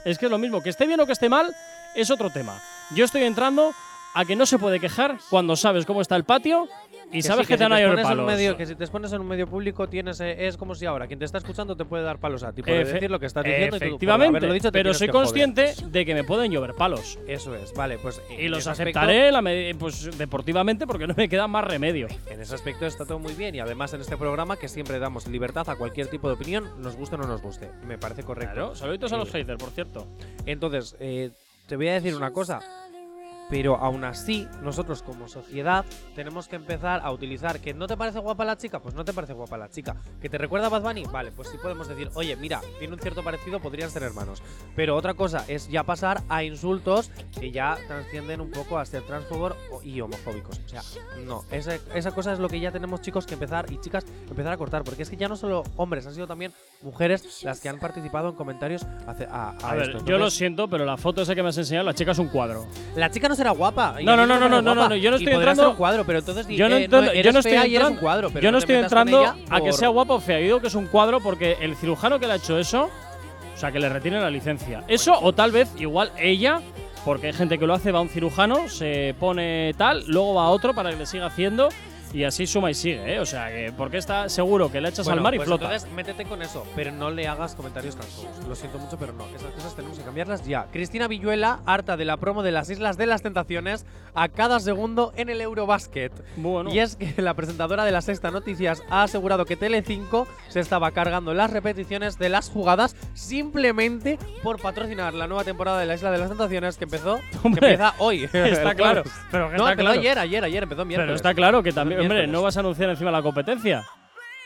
[SPEAKER 3] Es que es lo mismo. Que esté bien o que esté mal es otro tema. Yo estoy entrando a que no se puede quejar cuando sabes cómo está el patio y
[SPEAKER 4] Que
[SPEAKER 3] sabes
[SPEAKER 4] sí,
[SPEAKER 3] que, te
[SPEAKER 4] si
[SPEAKER 3] van a llover
[SPEAKER 4] pones en un
[SPEAKER 3] palos.
[SPEAKER 4] medio- que si te pones en un medio público tienes eh, es como si ahora quien te está escuchando te puede dar palos a ti por
[SPEAKER 3] Efe-
[SPEAKER 4] decir lo que estás diciendo y tú, pues, por
[SPEAKER 3] Efectivamente,
[SPEAKER 4] haberlo dicho, te
[SPEAKER 3] pero
[SPEAKER 4] tienes
[SPEAKER 3] soy
[SPEAKER 4] que joder.
[SPEAKER 3] consciente de que me pueden llover palos.
[SPEAKER 4] Eso es, vale, pues
[SPEAKER 3] Y
[SPEAKER 4] en
[SPEAKER 3] los
[SPEAKER 4] ese aspecto-
[SPEAKER 3] aceptaré la me- pues, deportivamente porque no me queda más remedio.
[SPEAKER 4] En ese aspecto está todo muy bien y además en este programa que siempre damos libertad a cualquier tipo de opinión, nos guste o no nos guste. Me parece correcto.
[SPEAKER 3] Claro, saluditos a los
[SPEAKER 4] Sí.
[SPEAKER 3] haters, por cierto.
[SPEAKER 4] Entonces, eh, te voy a decir una cosa. Pero aún así, nosotros como sociedad tenemos que empezar a utilizar que no te parece guapa la chica, pues no te parece guapa la chica. ¿Que te recuerda a Bad Bunny? Vale, pues sí podemos decir, oye, mira, tiene un cierto parecido, podrían ser hermanos. Pero otra cosa es ya pasar a insultos que ya transcienden un poco a ser transfobos o- y homofóbicos. O sea, no, esa, esa cosa es lo que ya tenemos chicos que empezar y chicas empezar a cortar, porque es que ya no solo hombres, han sido también mujeres las que han participado en comentarios hace- a, a
[SPEAKER 3] A, ver,
[SPEAKER 4] esto.
[SPEAKER 3] yo lo
[SPEAKER 4] Entonces,
[SPEAKER 3] siento, pero la foto esa que me has enseñado, la chica es un cuadro.
[SPEAKER 4] la chica no será guapa. y
[SPEAKER 3] No, no, no,
[SPEAKER 4] a mí me
[SPEAKER 3] no,
[SPEAKER 4] parece
[SPEAKER 3] no, no,
[SPEAKER 4] guapa.
[SPEAKER 3] no, yo no
[SPEAKER 4] Y
[SPEAKER 3] estoy
[SPEAKER 4] podrá ser
[SPEAKER 3] entrando-
[SPEAKER 4] un cuadro, pero entonces di,
[SPEAKER 3] Yo no,
[SPEAKER 4] eh,
[SPEAKER 3] entiendo-
[SPEAKER 4] eres
[SPEAKER 3] yo no estoy
[SPEAKER 4] fea y eres
[SPEAKER 3] entrando,
[SPEAKER 4] un cuadro, pero
[SPEAKER 3] yo no
[SPEAKER 4] te
[SPEAKER 3] estoy
[SPEAKER 4] metas con
[SPEAKER 3] entrando
[SPEAKER 4] ella
[SPEAKER 3] a que
[SPEAKER 4] por-
[SPEAKER 3] sea guapo o fea. Yo digo que es un cuadro porque el cirujano que le ha hecho eso, o sea, que le retiren la licencia. Eso, o tal vez igual ella, porque hay gente que lo hace, va a un cirujano, se pone tal, luego va a otro para que le siga haciendo. Y así suma y sigue, ¿eh? O sea, que porque está seguro que le echas
[SPEAKER 4] Bueno,
[SPEAKER 3] al mar y
[SPEAKER 4] pues
[SPEAKER 3] flota.
[SPEAKER 4] Entonces, métete con eso, pero no le hagas comentarios transfobos. Lo siento mucho, pero no. Esas cosas tenemos que cambiarlas ya. Cristina Villuela, harta de la promo de las Islas de las Tentaciones a cada segundo en el Eurobasket.
[SPEAKER 3] bueno,
[SPEAKER 4] Y es que la presentadora de la Sexta Noticias ha asegurado que Telecinco se estaba cargando las repeticiones de las jugadas simplemente por patrocinar la nueva temporada de la Isla de las Tentaciones que empezó, que
[SPEAKER 3] Hombre,
[SPEAKER 4] empieza hoy.
[SPEAKER 3] está
[SPEAKER 4] El
[SPEAKER 3] claro.
[SPEAKER 4] jueves.
[SPEAKER 3] Pero que
[SPEAKER 4] No,
[SPEAKER 3] está
[SPEAKER 4] empezó
[SPEAKER 3] claro.
[SPEAKER 4] ayer, ayer, ayer, empezó miércoles.
[SPEAKER 3] Pero está claro que también, hombre,
[SPEAKER 4] miércoles.
[SPEAKER 3] no vas a anunciar encima la competencia.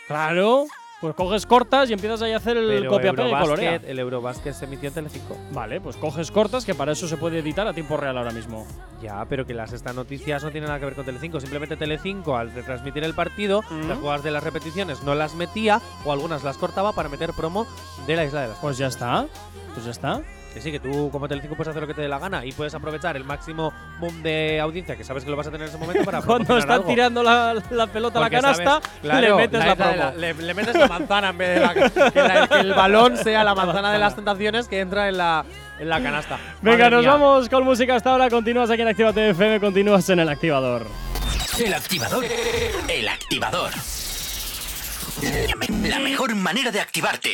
[SPEAKER 3] Claro, pues coges cortas y empiezas ahí a hacer el
[SPEAKER 4] Pero
[SPEAKER 3] copia pega y
[SPEAKER 4] Eurobasket-
[SPEAKER 3] colorea.
[SPEAKER 4] El Eurobasket se emitió en Telecinco.
[SPEAKER 3] Vale, pues coges cortas que para eso se puede editar a tiempo real ahora mismo.
[SPEAKER 4] Ya, pero que las estas noticias no tienen nada que ver con Telecinco. Simplemente Telecinco, al retransmitir el partido,
[SPEAKER 3] Mm.
[SPEAKER 4] las jugadas de las repeticiones no las metía o algunas las cortaba para meter promo de la Isla de las
[SPEAKER 3] Pues ya está, pues ya está.
[SPEAKER 4] Que sí, que tú como Telecinco puedes hacer lo que te dé la gana y puedes aprovechar el máximo boom de audiencia que sabes que lo vas a tener en ese momento para
[SPEAKER 3] Cuando
[SPEAKER 4] promocionar
[SPEAKER 3] están
[SPEAKER 4] algo.
[SPEAKER 3] tirando la, la pelota
[SPEAKER 4] Porque
[SPEAKER 3] a la canasta,
[SPEAKER 4] sabes, claro,
[SPEAKER 3] le metes la,
[SPEAKER 4] isla
[SPEAKER 3] promo.
[SPEAKER 4] de le, le metes la manzana en vez de la, que, la- que el balón sea la manzana de las tentaciones que entra en la, en la canasta.
[SPEAKER 3] Venga,
[SPEAKER 4] Madre
[SPEAKER 3] nos
[SPEAKER 4] mía.
[SPEAKER 3] vamos con música hasta ahora. Continúas aquí en Actívate FM, continúas en el activador.
[SPEAKER 2] El activador. El activador. La me- La mejor manera de activarte.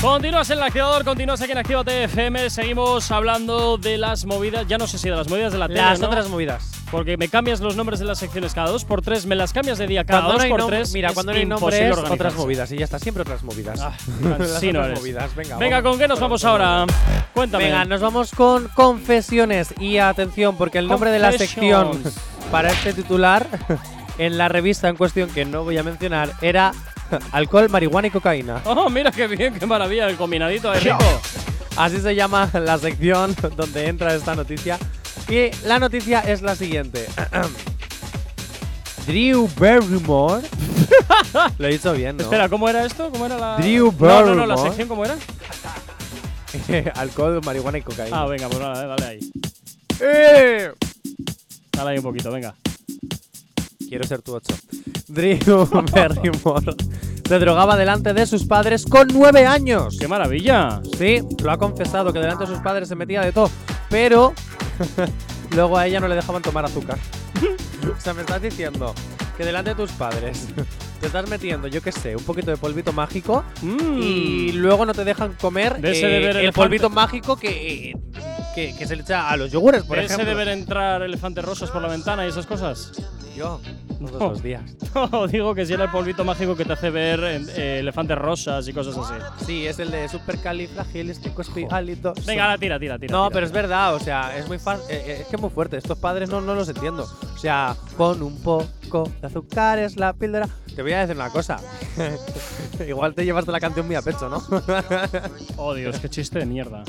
[SPEAKER 3] Continúas en el activador, continúas aquí en Actívate FM. Seguimos hablando de las movidas, ya no sé si de las movidas de la tele.
[SPEAKER 4] Las
[SPEAKER 3] ¿no?
[SPEAKER 4] otras movidas.
[SPEAKER 3] Porque me cambias los nombres de las secciones cada dos por tres, me las cambias de día cada
[SPEAKER 4] Cuando
[SPEAKER 3] dos
[SPEAKER 4] no hay
[SPEAKER 3] por
[SPEAKER 4] nom-
[SPEAKER 3] tres.
[SPEAKER 4] Mira,
[SPEAKER 3] es
[SPEAKER 4] cuando no hay
[SPEAKER 3] imposible
[SPEAKER 4] nombres,
[SPEAKER 3] organizarse.
[SPEAKER 4] otras movidas. Y ya está, siempre otras movidas.
[SPEAKER 3] Ah,
[SPEAKER 4] Las
[SPEAKER 3] sí, no
[SPEAKER 4] otras
[SPEAKER 3] eres.
[SPEAKER 4] movidas, venga.
[SPEAKER 3] Venga,
[SPEAKER 4] vamos.
[SPEAKER 3] ¿con qué nos vamos ahora? Cuéntame.
[SPEAKER 4] Venga, nos vamos con confesiones. Y atención, porque el nombre de la sección
[SPEAKER 3] Confessions.
[SPEAKER 4] para este titular en la revista en cuestión, que no voy a mencionar, era alcohol, marihuana y cocaína.
[SPEAKER 3] Oh, mira qué bien, qué maravilla el combinadito de rico.
[SPEAKER 4] Así se llama la sección donde entra esta noticia. Y la noticia es la siguiente. Drew Barrymore. Lo he dicho bien, ¿no?
[SPEAKER 3] Espera, ¿cómo era esto? ¿Cómo era la.
[SPEAKER 4] Drew
[SPEAKER 3] no, no, no, la
[SPEAKER 4] Barrymore.
[SPEAKER 3] sección, ¿cómo era?
[SPEAKER 4] alcohol, marihuana y cocaína.
[SPEAKER 3] Ah, venga, pues nada, eh, dale ahí.
[SPEAKER 4] ¡Eh!
[SPEAKER 3] Dale ahí un poquito, venga.
[SPEAKER 4] Quiero ser tu 8. Drew Barrymore se drogaba delante de sus padres con 9 años.
[SPEAKER 3] ¡Qué maravilla!
[SPEAKER 4] Sí, lo ha confesado que delante de sus padres se metía de todo, pero luego a ella no le dejaban tomar azúcar. o sea, me estás diciendo que delante de tus padres te estás metiendo, yo qué sé, un poquito de polvito mágico
[SPEAKER 3] Mm.
[SPEAKER 4] y luego no te dejan comer
[SPEAKER 3] De ese
[SPEAKER 4] eh,
[SPEAKER 3] deber
[SPEAKER 4] el
[SPEAKER 3] elefante.
[SPEAKER 4] polvito mágico que, eh, que, que se le echa a los yogures, por
[SPEAKER 3] ¿De ese
[SPEAKER 4] ejemplo.
[SPEAKER 3] deber entrar elefantes rosas por la ventana y esas cosas?
[SPEAKER 4] Yo. Todos
[SPEAKER 3] No.
[SPEAKER 4] los días.
[SPEAKER 3] No, digo que si era el polvito mágico que te hace ver eh, elefantes rosas y cosas así.
[SPEAKER 4] Sí, es el de Este supercalifragilisticoespialidoso.
[SPEAKER 3] Venga, ahora tira, tira, tira.
[SPEAKER 4] No,
[SPEAKER 3] tira.
[SPEAKER 4] pero es verdad, o sea, es muy fácil, eh, es que es muy fuerte. Estos padres no, no los entiendo. O sea, con un poco de azúcar es la píldora. Te voy a decir una cosa. Igual te llevaste la canción muy a pecho, ¿no?
[SPEAKER 3] Oh, Dios, qué chiste de mierda.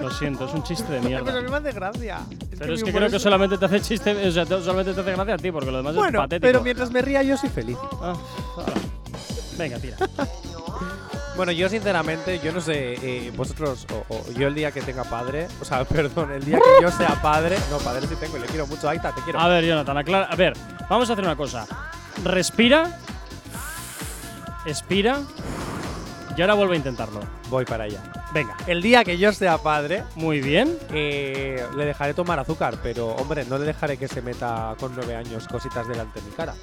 [SPEAKER 3] Lo siento, es un chiste de mierda.
[SPEAKER 4] Pero a mí me hace gracia.
[SPEAKER 3] Pero es
[SPEAKER 4] mi
[SPEAKER 3] que
[SPEAKER 4] humor
[SPEAKER 3] creo que solamente te hace chiste, o sea, te- solamente te hace gracia a ti, porque lo demás es
[SPEAKER 4] Bueno,
[SPEAKER 3] patético.
[SPEAKER 4] pero mientras me ría yo soy feliz.
[SPEAKER 3] Ah, ah. Venga, tira.
[SPEAKER 4] Bueno, yo sinceramente, yo no sé, eh, vosotros, o, o yo el día que tenga padre, o sea, perdón, el día que yo sea padre, no, padre sí tengo, y le quiero mucho, Aita, te quiero.
[SPEAKER 3] A ver, Jonathan, aclara. A ver, vamos a hacer una cosa. Respira. Expira. Y ahora vuelve a intentarlo.
[SPEAKER 4] Voy para allá.
[SPEAKER 3] Venga.
[SPEAKER 4] El día que yo sea padre,
[SPEAKER 3] Muy bien.
[SPEAKER 4] Eh, le dejaré tomar azúcar, pero hombre, no le dejaré que se meta con nueve años cositas delante de mi cara.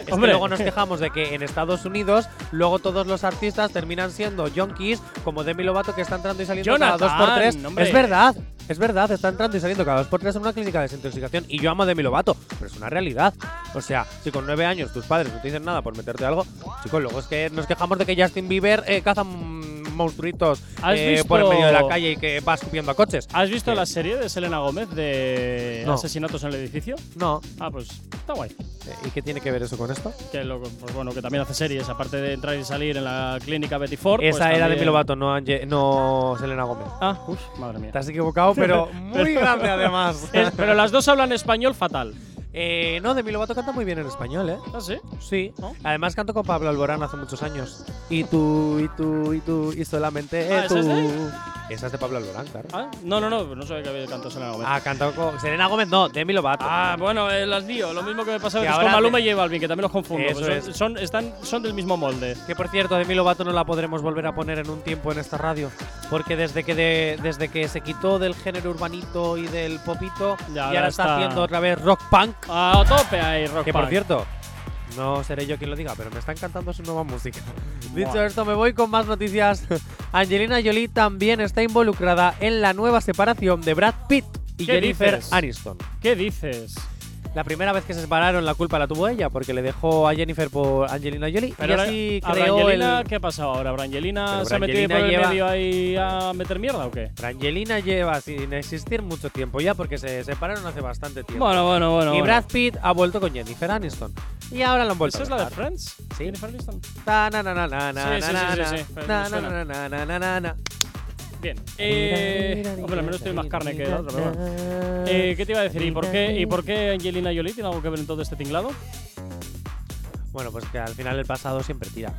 [SPEAKER 4] Es que
[SPEAKER 3] Hombre.
[SPEAKER 4] luego nos quejamos de que en Estados Unidos, luego todos los artistas terminan siendo junkies, como Demi Lovato, que está entrando y saliendo
[SPEAKER 3] Jonathan,
[SPEAKER 4] cada dos por tres.
[SPEAKER 3] hombre.
[SPEAKER 4] Es verdad, es verdad, está entrando y saliendo cada dos por tres en una clínica de desintoxicación. Y yo amo a Demi Lovato, pero es una realidad. O sea, si con nueve años tus padres no te dicen nada por meterte algo, chicos, luego es que nos quejamos de que Justin Bieber eh, caza mm, monstruitos
[SPEAKER 3] ¿Has
[SPEAKER 4] eh, por el
[SPEAKER 3] visto-
[SPEAKER 4] medio de la calle y que va escupiendo a coches.
[SPEAKER 3] ¿Has visto
[SPEAKER 4] Sí.
[SPEAKER 3] la serie de Selena Gómez de
[SPEAKER 4] No.
[SPEAKER 3] asesinatos en el edificio?
[SPEAKER 4] No.
[SPEAKER 3] Ah, pues está guay.
[SPEAKER 4] ¿Y qué tiene que ver eso con esto?
[SPEAKER 3] Que lo- pues bueno, que también hace series, aparte de entrar y salir en la clínica Betty Ford. pues
[SPEAKER 4] Esa era de
[SPEAKER 3] también-
[SPEAKER 4] Milovato, no, Ange- no Selena Gómez.
[SPEAKER 3] Ah, uf, madre mía.
[SPEAKER 4] Te has equivocado, pero muy grande además.
[SPEAKER 3] Es- pero las dos hablan español fatal.
[SPEAKER 4] eh, no, Demi Lovato canta muy bien en español, ¿eh?
[SPEAKER 3] ¿Ah, sí?
[SPEAKER 4] Sí.
[SPEAKER 3] ¿No?
[SPEAKER 4] Además canto con Pablo Alborán hace muchos años. Y tú, y tú, y tú, y solamente
[SPEAKER 3] Ah, ¿esa
[SPEAKER 4] tú.
[SPEAKER 3] es de
[SPEAKER 4] Esa es de Pablo Alborán, claro.
[SPEAKER 3] Ah, No, no, no, no sabía que había cantado Selena Gómez.
[SPEAKER 4] Ah, cantó con Selena Gómez, no, Demi Lovato.
[SPEAKER 3] Ah, bueno, eh, las lío. Lo mismo que me pasa a
[SPEAKER 4] Que
[SPEAKER 3] veces con
[SPEAKER 4] ahora
[SPEAKER 3] Maluma
[SPEAKER 4] te-
[SPEAKER 3] y J Balvin, que también los confundo.
[SPEAKER 4] Eso
[SPEAKER 3] que son,
[SPEAKER 4] es.
[SPEAKER 3] son- están, son del mismo molde.
[SPEAKER 4] Que por cierto, Demi Lovato no la podremos volver a poner en un tiempo en esta radio. Porque desde que, de- desde que se quitó del género urbanito y del popito,
[SPEAKER 3] Ya,
[SPEAKER 4] y
[SPEAKER 3] ahora
[SPEAKER 4] ahora está
[SPEAKER 3] está-
[SPEAKER 4] haciendo otra vez rock punk.
[SPEAKER 3] A tope ahí, Rock
[SPEAKER 4] Que por
[SPEAKER 3] Punk.
[SPEAKER 4] cierto, no seré yo quien lo diga, pero me está encantando su nueva música. Dicho
[SPEAKER 3] Buah.
[SPEAKER 4] esto, me voy con más noticias. Angelina Jolie también está involucrada en la nueva separación de Brad Pitt y
[SPEAKER 3] ¿Qué
[SPEAKER 4] Jennifer
[SPEAKER 3] dices?
[SPEAKER 4] Aniston.
[SPEAKER 3] ¿Qué dices?
[SPEAKER 4] La primera vez que se separaron, la culpa la tuvo ella, porque le dejó a Jennifer por Angelina Jolie.
[SPEAKER 3] Pero
[SPEAKER 4] y
[SPEAKER 3] ahora-
[SPEAKER 4] así
[SPEAKER 3] a
[SPEAKER 4] creó
[SPEAKER 3] Brangelina,
[SPEAKER 4] el.
[SPEAKER 3] ¿qué ha pasado ahora? ¿Brangelina
[SPEAKER 4] Pero
[SPEAKER 3] se ha metido
[SPEAKER 4] Brangelina
[SPEAKER 3] por el
[SPEAKER 4] lleva-
[SPEAKER 3] medio ahí a meter mierda o qué?
[SPEAKER 4] Angelina lleva sin existir mucho tiempo ya, porque se separaron hace bastante tiempo.
[SPEAKER 3] Bueno, bueno, bueno.
[SPEAKER 4] y
[SPEAKER 3] bueno.
[SPEAKER 4] Brad Pitt ha vuelto con Jennifer Aniston. Y ahora lo han vuelto.
[SPEAKER 3] ¿Esa
[SPEAKER 4] a
[SPEAKER 3] es la de
[SPEAKER 4] dejar.
[SPEAKER 3] Friends?
[SPEAKER 4] Sí.
[SPEAKER 3] Jennifer Aniston.
[SPEAKER 4] Ta na na na na na
[SPEAKER 3] Sí, sí,
[SPEAKER 4] na
[SPEAKER 3] sí, sí, sí,
[SPEAKER 4] na na
[SPEAKER 3] me suena.
[SPEAKER 4] na na na na na na.
[SPEAKER 3] Bien. Eh, hombre, al menos tiene más carne que la otra, pero bueno. Eh, ¿Qué te iba a decir? ¿Y por qué, ¿Y por qué Angelina Jolie tiene algo que ver en todo este tinglado?
[SPEAKER 4] Bueno, pues que al final el pasado siempre tira.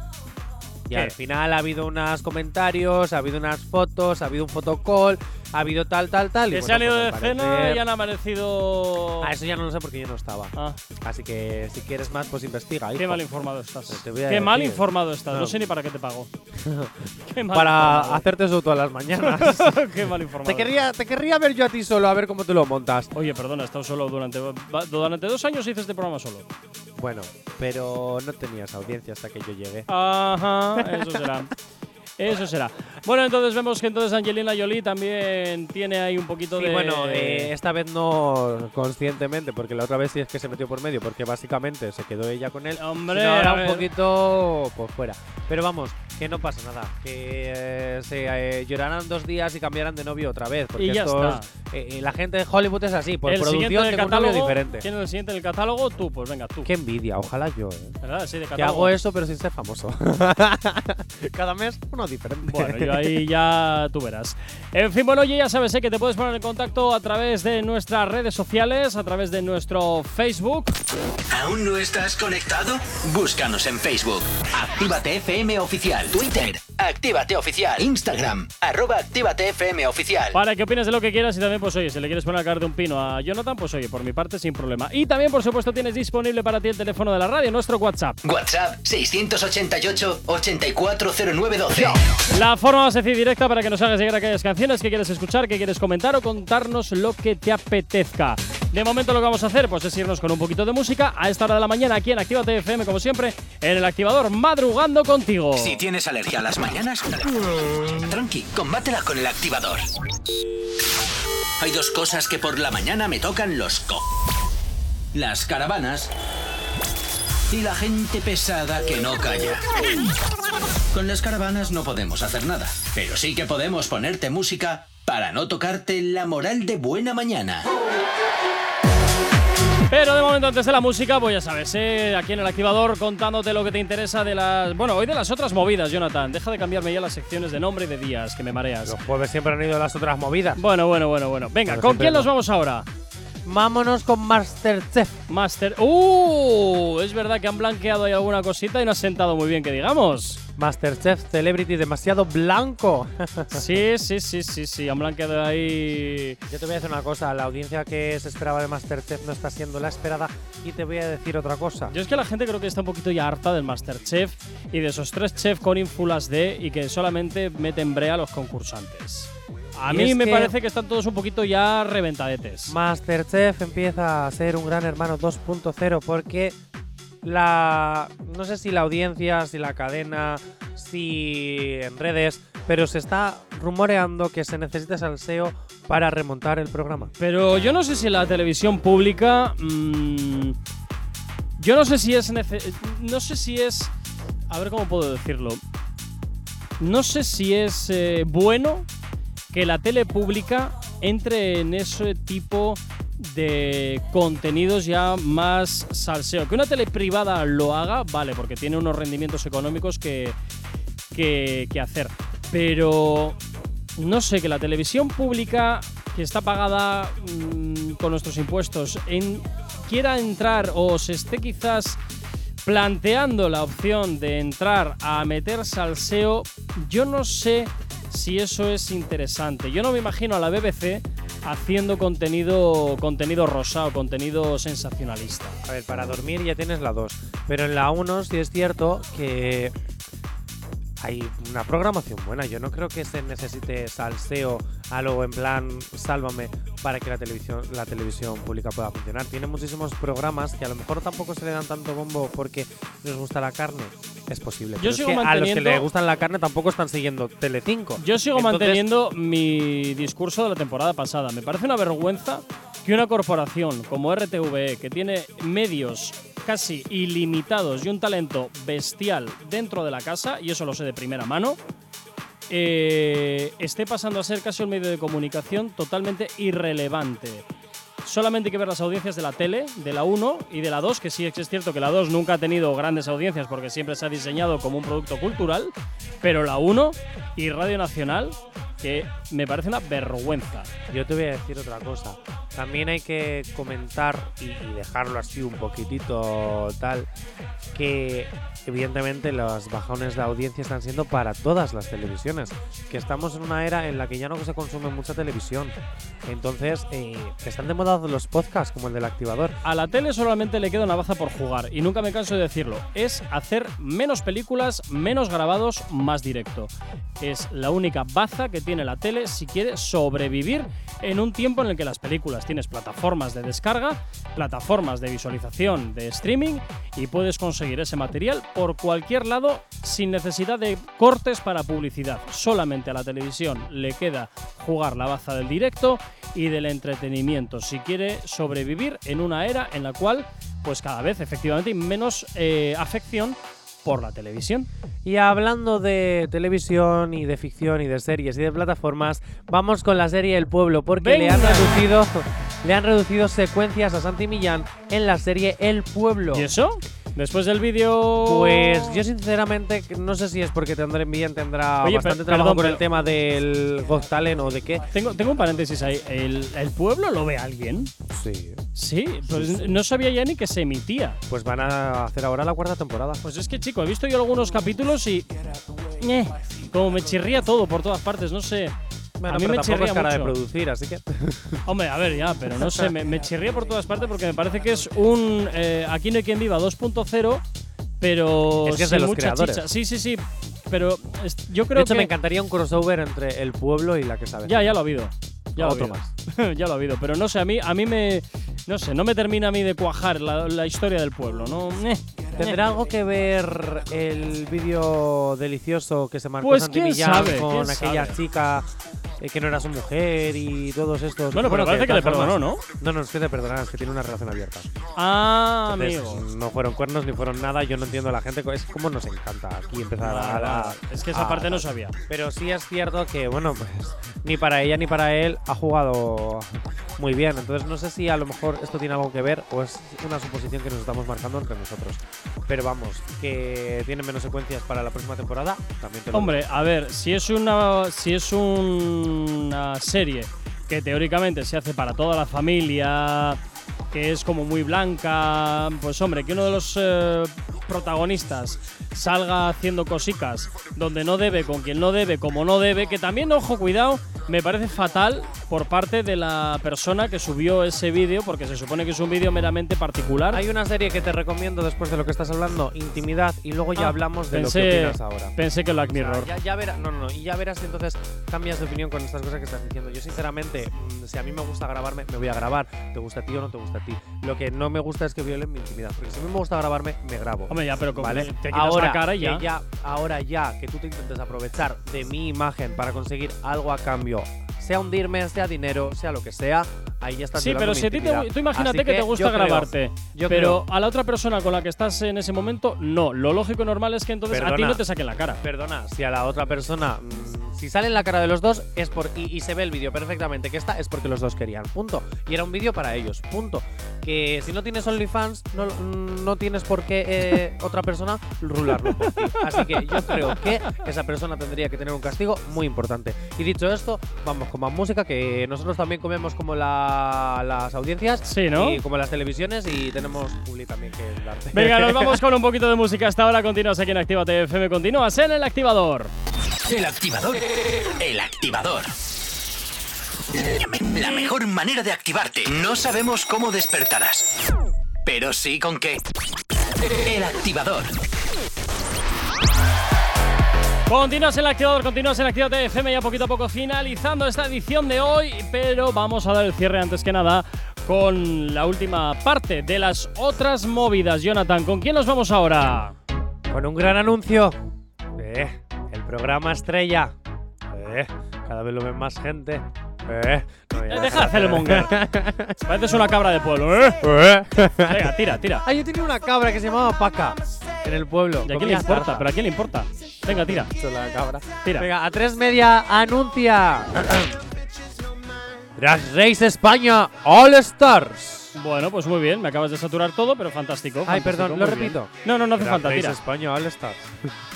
[SPEAKER 4] Y
[SPEAKER 3] ¿Qué?
[SPEAKER 4] al final ha habido unos comentarios, ha habido unas fotos, ha habido un fotocall, ha habido tal, tal, tal. y
[SPEAKER 3] Que se
[SPEAKER 4] bueno,
[SPEAKER 3] han ido
[SPEAKER 4] pues
[SPEAKER 3] de
[SPEAKER 4] al
[SPEAKER 3] cena
[SPEAKER 4] parecer-
[SPEAKER 3] y han amanecido.
[SPEAKER 4] Ah, eso ya no lo sé porque yo no estaba.
[SPEAKER 3] Ah,
[SPEAKER 4] Así que si quieres más, pues investiga.
[SPEAKER 3] qué
[SPEAKER 4] hijo.
[SPEAKER 3] mal informado estás.
[SPEAKER 4] Te voy a
[SPEAKER 3] Qué mal
[SPEAKER 4] decir.
[SPEAKER 3] informado estás. No
[SPEAKER 4] No.
[SPEAKER 3] sé ni para qué te pago. Qué mal
[SPEAKER 4] Para
[SPEAKER 3] informado.
[SPEAKER 4] hacerte eso todas las mañanas.
[SPEAKER 3] qué mal informado.
[SPEAKER 4] te, querría, te querría ver yo a ti solo, a ver cómo te lo montas.
[SPEAKER 3] Oye, perdona, he estado solo durante, va- durante dos años hice este programa solo.
[SPEAKER 4] Bueno, pero no tenías audiencia hasta que yo llegué.
[SPEAKER 3] Ajá, eso será. Eso será. Bueno, entonces vemos que entonces Angelina Jolie también tiene ahí un poquito
[SPEAKER 4] Sí,
[SPEAKER 3] de.
[SPEAKER 4] bueno, eh, esta vez no conscientemente, porque la otra vez sí es que se metió por medio, porque básicamente se quedó ella con él.
[SPEAKER 3] Hombre,
[SPEAKER 4] sino
[SPEAKER 3] a
[SPEAKER 4] ahora un
[SPEAKER 3] ver.
[SPEAKER 4] poquito por fuera. Pero vamos, que no pasa nada, que eh, se eh, llorarán dos días y cambiarán de novio otra vez, porque
[SPEAKER 3] Y ya
[SPEAKER 4] estos- eh, eh, la gente de Hollywood es así, por
[SPEAKER 3] el siguiente
[SPEAKER 4] producción
[SPEAKER 3] del
[SPEAKER 4] tengo un novio
[SPEAKER 3] catálogo.
[SPEAKER 4] diferente.
[SPEAKER 3] ¿Quién es el siguiente del catálogo? Tú, pues venga, tú.
[SPEAKER 4] Qué envidia, ojalá yo. eh.
[SPEAKER 3] ¿Verdad? Sí, de
[SPEAKER 4] Que
[SPEAKER 3] catálogo.
[SPEAKER 4] hago eso, pero sin ser famoso. Cada mes uno diferente.
[SPEAKER 3] Bueno, yo ahí ya tú verás. En fin, bueno, oye, ya sabes ¿eh? que te puedes poner en contacto a través de nuestras redes sociales, a través de nuestro Facebook.
[SPEAKER 2] ¿Aún no estás conectado? Búscanos en Facebook. Actívate FM Oficial. Twitter. Actívate Oficial. Instagram. Arroba Actívate FM Oficial.
[SPEAKER 3] Para que opines de lo que quieras y también, pues oye, si le quieres poner la cara de un pino a Jonathan, pues oye, por mi parte, sin problema. Y también, por supuesto, tienes disponible para ti el teléfono de la radio, nuestro WhatsApp.
[SPEAKER 2] WhatsApp 688 840912.
[SPEAKER 3] La forma más sencilla y directa para que nos hagas llegar aquellas canciones que quieres escuchar, que quieres comentar o contarnos lo que te apetezca. De momento lo que vamos a hacer pues es irnos con un poquito de música a esta hora de la mañana aquí en Actívate FM como siempre en el activador madrugando contigo.
[SPEAKER 2] Si tienes alergia a las mañanas, tranqui, combátela con el activador. Hay dos cosas que por la mañana me tocan los co. las caravanas y la gente pesada que no calla. Con las caravanas no podemos hacer nada, pero sí que podemos ponerte música para no tocarte la moral de buena mañana.
[SPEAKER 3] Pero de momento antes de la música, pues ya sabes, ¿eh? aquí en el activador contándote lo que te interesa de las... Bueno, hoy de las otras movidas, Jonathan. Deja de cambiarme ya las secciones de nombre y de días, que me mareas.
[SPEAKER 4] Los jueves siempre han ido las otras movidas.
[SPEAKER 3] Bueno, bueno, bueno, bueno. Venga,
[SPEAKER 4] Pero
[SPEAKER 3] ¿con
[SPEAKER 4] siempre
[SPEAKER 3] quién
[SPEAKER 4] no.
[SPEAKER 3] nos vamos ahora?
[SPEAKER 4] Vámonos con Masterchef.
[SPEAKER 3] Master... ¡Uh! Es verdad que han blanqueado ahí alguna cosita y no ha sentado muy bien, que digamos.
[SPEAKER 4] Masterchef Celebrity demasiado blanco.
[SPEAKER 3] Sí, sí, sí, sí, sí. Han blanqueado ahí...
[SPEAKER 4] Yo te voy a decir una cosa, la audiencia que se esperaba de Masterchef no está siendo la esperada y te voy a decir otra cosa.
[SPEAKER 3] Yo es que la gente creo que está un poquito ya harta del Masterchef y de esos tres chefs con ínfulas de y que solamente meten brea a los concursantes. A
[SPEAKER 4] Y
[SPEAKER 3] mí
[SPEAKER 4] es
[SPEAKER 3] me
[SPEAKER 4] que-
[SPEAKER 3] parece que están todos un poquito ya reventadetes.
[SPEAKER 4] Masterchef empieza a ser un gran hermano 2.0 porque la no sé si la audiencia, si la cadena, si en redes, pero se está rumoreando que se necesita salseo para remontar el programa.
[SPEAKER 3] Pero yo no sé si la televisión pública. mm, yo no sé si es. nece- No sé si es. A ver cómo puedo decirlo. No sé si es eh, bueno que la tele pública entre en ese tipo de contenidos ya más salseo. Que una tele privada lo haga, vale, porque tiene unos rendimientos económicos que, que, que hacer. Pero no sé, que la televisión pública, que está pagada mm, con nuestros impuestos, en- quiera entrar o se esté quizás planteando la opción de entrar a meter salseo, E yo no sé si eso es interesante. Yo no me imagino a la BBC haciendo contenido, contenido rosado, contenido sensacionalista.
[SPEAKER 4] A ver, para dormir ya tienes la 2, pero en la 1 sí es cierto que hay una programación buena. Yo no creo que se necesite salseo, algo en plan sálvame, para que la televisión, la televisión pública pueda funcionar. Tiene muchísimos programas que a lo mejor tampoco se le dan tanto bombo porque les gusta la carne. Es posible. pero es
[SPEAKER 3] sigo
[SPEAKER 4] que a los que
[SPEAKER 3] manteniendo-
[SPEAKER 4] les gustan la carne tampoco están siguiendo Telecinco.
[SPEAKER 3] Yo sigo
[SPEAKER 4] Entonces,
[SPEAKER 3] manteniendo mi discurso de la temporada pasada. Me parece una vergüenza que una corporación como RTVE, E, que tiene medios casi ilimitados y un talento bestial dentro de la casa, y eso lo sé de primera mano, eh, esté pasando a ser casi un medio de comunicación totalmente irrelevante. Solamente hay que ver las audiencias de la tele, de la 1 y de la 2, que sí es cierto que la 2 nunca ha tenido grandes audiencias porque siempre se ha diseñado como un producto cultural, pero la 1 y Radio Nacional, que me parece una vergüenza.
[SPEAKER 4] Yo te voy a decir otra cosa. También hay que comentar y, y dejarlo así un poquitito tal que evidentemente los bajones de audiencia están siendo para todas las televisiones. Que estamos en una era en la que ya no se consume mucha televisión. Entonces eh, están de moda los podcasts como el del activador.
[SPEAKER 3] A la tele solamente le queda una baza por jugar, y nunca me canso de decirlo, es hacer menos películas, menos grabados, más directo. Es la única baza que tiene la tele si quiere sobrevivir en un tiempo en el que las películas tienes plataformas de descarga, plataformas de visualización, de streaming, y pues, puedes conseguir ese material por cualquier lado sin necesidad de cortes para publicidad. Solamente a la televisión le queda jugar la baza del directo y del entretenimiento si quiere sobrevivir en una era en la cual pues cada vez efectivamente hay menos eh, afección por la televisión.
[SPEAKER 4] Y hablando de televisión y de ficción y de series y de plataformas, vamos con la serie El Pueblo, porque le han
[SPEAKER 3] Venga.
[SPEAKER 4] reducido, le han reducido secuencias a Santi Millán en la serie El Pueblo.
[SPEAKER 3] ¿Y eso? Después del vídeo...
[SPEAKER 4] Pues yo sinceramente no sé si es porque tendrá Millán tendrá
[SPEAKER 3] Oye,
[SPEAKER 4] bastante
[SPEAKER 3] per-
[SPEAKER 4] trabajo
[SPEAKER 3] perdón,
[SPEAKER 4] con el
[SPEAKER 3] pero-
[SPEAKER 4] tema del Got Talent o de qué.
[SPEAKER 3] Tengo, tengo un paréntesis ahí. ¿El, el pueblo lo ve alguien?
[SPEAKER 4] Sí.
[SPEAKER 3] Sí, pues no sabía ya ni que se emitía.
[SPEAKER 4] Pues van a hacer ahora la cuarta temporada.
[SPEAKER 3] Pues es que, chico, he visto yo algunos capítulos y. Eh, como me chirría todo por todas partes, no sé.
[SPEAKER 4] Bueno,
[SPEAKER 3] a mí
[SPEAKER 4] pero
[SPEAKER 3] me
[SPEAKER 4] tampoco
[SPEAKER 3] chirría
[SPEAKER 4] es cara de
[SPEAKER 3] mucho.
[SPEAKER 4] producir, así que.
[SPEAKER 3] Hombre, a ver, ya, pero no sé, me, me chirría por todas partes porque me parece que es un. eh, aquí no hay quien viva 2.0, pero.
[SPEAKER 4] Es que es
[SPEAKER 3] sin
[SPEAKER 4] de los
[SPEAKER 3] mucha
[SPEAKER 4] creadores.
[SPEAKER 3] chicha. Sí, sí, sí. Pero es- yo creo
[SPEAKER 4] De hecho,
[SPEAKER 3] que.
[SPEAKER 4] me encantaría un crossover entre El Pueblo y la que sabe.
[SPEAKER 3] Ya, ya lo ha habido. Ya lo ha
[SPEAKER 4] Otro
[SPEAKER 3] habido. ya lo ha habido. Pero no sé, a mí, a mí me. No sé, no me termina a mí de cuajar la, la historia del pueblo, ¿no? Eh,
[SPEAKER 4] ¿Tendrá algo que ver el vídeo delicioso que se marcó
[SPEAKER 3] Pues
[SPEAKER 4] Santi
[SPEAKER 3] quién
[SPEAKER 4] Millán
[SPEAKER 3] sabe,
[SPEAKER 4] con
[SPEAKER 3] quién
[SPEAKER 4] aquella
[SPEAKER 3] sabe.
[SPEAKER 4] chica eh, que no era su mujer y todos estos.
[SPEAKER 3] Bueno, pero parece que le
[SPEAKER 4] de todas formas-
[SPEAKER 3] perdonó, ¿no?
[SPEAKER 4] No, no, es que te perdonan, es que tiene una relación abierta.
[SPEAKER 3] Ah,
[SPEAKER 4] Entonces,
[SPEAKER 3] amigo.
[SPEAKER 4] No fueron cuernos ni fueron nada. Yo no entiendo a la gente. Es como nos encanta aquí empezar a, a-
[SPEAKER 3] Es que esa
[SPEAKER 4] a-
[SPEAKER 3] parte no sabía.
[SPEAKER 4] Pero sí es cierto que, bueno, pues ni para ella ni para él ha jugado muy bien. Entonces no sé si a lo mejor esto tiene algo que ver o es una suposición que nos estamos marcando entre nosotros. Pero vamos, que tiene menos secuencias para la próxima temporada. También te lo
[SPEAKER 3] Hombre, a ver, si es una si es una serie que teóricamente se hace para toda la familia, que es como muy blanca, pues hombre, que uno de los eh, protagonistas salga haciendo cositas donde no debe, con quien no debe, como no debe, que también, ojo, cuidado, me parece fatal por parte de la persona que subió ese vídeo, porque se supone que es un vídeo meramente particular.
[SPEAKER 4] Hay una serie que te recomiendo después de lo que estás hablando, Intimidad, y luego ya
[SPEAKER 3] Ah,
[SPEAKER 4] hablamos de
[SPEAKER 3] pensé,
[SPEAKER 4] lo que opinas ahora.
[SPEAKER 3] Pensé que Black
[SPEAKER 4] O sea,
[SPEAKER 3] Mirror.
[SPEAKER 4] ya, ya verás, no, no, no, y ya verás si entonces cambias de opinión con estas cosas que estás diciendo. Yo sinceramente, mm, si a mí me gusta grabarme, me voy a grabar. Te gusta a ti o no te gusta a ti. Lo que no me gusta es que violen mi intimidad, porque si a mí me gusta grabarme, me grabo.
[SPEAKER 3] Hombre, ya, pero como
[SPEAKER 4] ¿Vale?
[SPEAKER 3] te quitas
[SPEAKER 4] ahora
[SPEAKER 3] la cara y
[SPEAKER 4] que
[SPEAKER 3] ya.
[SPEAKER 4] ahora ya que tú te intentes aprovechar de mi imagen para conseguir algo a cambio, sea hundirme, sea dinero, sea lo que sea, ahí ya estás
[SPEAKER 3] Sí,
[SPEAKER 4] violando
[SPEAKER 3] pero
[SPEAKER 4] mi
[SPEAKER 3] si a ti te,
[SPEAKER 4] intimidad.
[SPEAKER 3] tú imagínate
[SPEAKER 4] Así
[SPEAKER 3] que, te
[SPEAKER 4] yo
[SPEAKER 3] gusta
[SPEAKER 4] creo-
[SPEAKER 3] grabarte,
[SPEAKER 4] yo
[SPEAKER 3] pero a la otra persona con la que estás en ese momento, no. Lo lógico y normal es que entonces a ti
[SPEAKER 4] Perdona.
[SPEAKER 3] no te saquen la cara.
[SPEAKER 4] Perdona, si a la otra persona. mm, Si sale en la cara de los dos es por, y, y se ve el vídeo perfectamente que está, es porque los dos querían. Punto. Y era un vídeo para ellos. Punto. Que si no tienes OnlyFans, no, lo- mm, no tienes por qué eh, otra persona rularlo por ti. Así que yo creo que esa persona tendría que tener un castigo muy importante. Y dicho esto, vamos con más música, que nosotros también comemos como la- las audiencias.
[SPEAKER 3] Sí, ¿no?
[SPEAKER 4] Y como las televisiones y tenemos publi también que darte.
[SPEAKER 3] Venga, nos vamos con un poquito de música hasta ahora. Continúas aquí en Actívate FM. Continúas en El Activador.
[SPEAKER 2] El activador. El activador. La mejor manera de activarte. No sabemos cómo despertarás. Pero sí con qué. El activador.
[SPEAKER 3] Continúas en el activador, continúas en Actívate FM ya poquito a poco finalizando esta edición de hoy, pero vamos a dar el cierre antes que nada con la última parte de las otras movidas. Jonathan, ¿con quién nos vamos ahora?
[SPEAKER 4] Con un gran anuncio. Eh, el programa estrella. Eh, cada vez lo ven más gente. Eh, no, ya
[SPEAKER 3] Eh,
[SPEAKER 4] no
[SPEAKER 3] Deja
[SPEAKER 4] sé.
[SPEAKER 3] de hacer el monger. Pareces una cabra de pueblo, ¿eh?
[SPEAKER 4] Eh.
[SPEAKER 3] Venga, tira, tira.
[SPEAKER 4] Ah, yo tenía una cabra que se llamaba Paca en el pueblo.
[SPEAKER 3] ¿Y a quién le
[SPEAKER 4] Comía
[SPEAKER 3] importa?
[SPEAKER 4] zarza.
[SPEAKER 3] ¿Pero a quién le importa? Venga, tira.
[SPEAKER 4] la cabra.
[SPEAKER 3] Tira.
[SPEAKER 4] Venga, a tres media anuncia. Drag Race España All Stars.
[SPEAKER 3] Bueno, pues muy bien, me acabas de saturar todo, pero fantástico.
[SPEAKER 4] Ay,
[SPEAKER 3] fantástico,
[SPEAKER 4] perdón, lo
[SPEAKER 3] muy bien.
[SPEAKER 4] repito.
[SPEAKER 3] No, no, no hace
[SPEAKER 4] Drag
[SPEAKER 3] falta,
[SPEAKER 4] Race
[SPEAKER 3] tira.
[SPEAKER 4] España All Stars.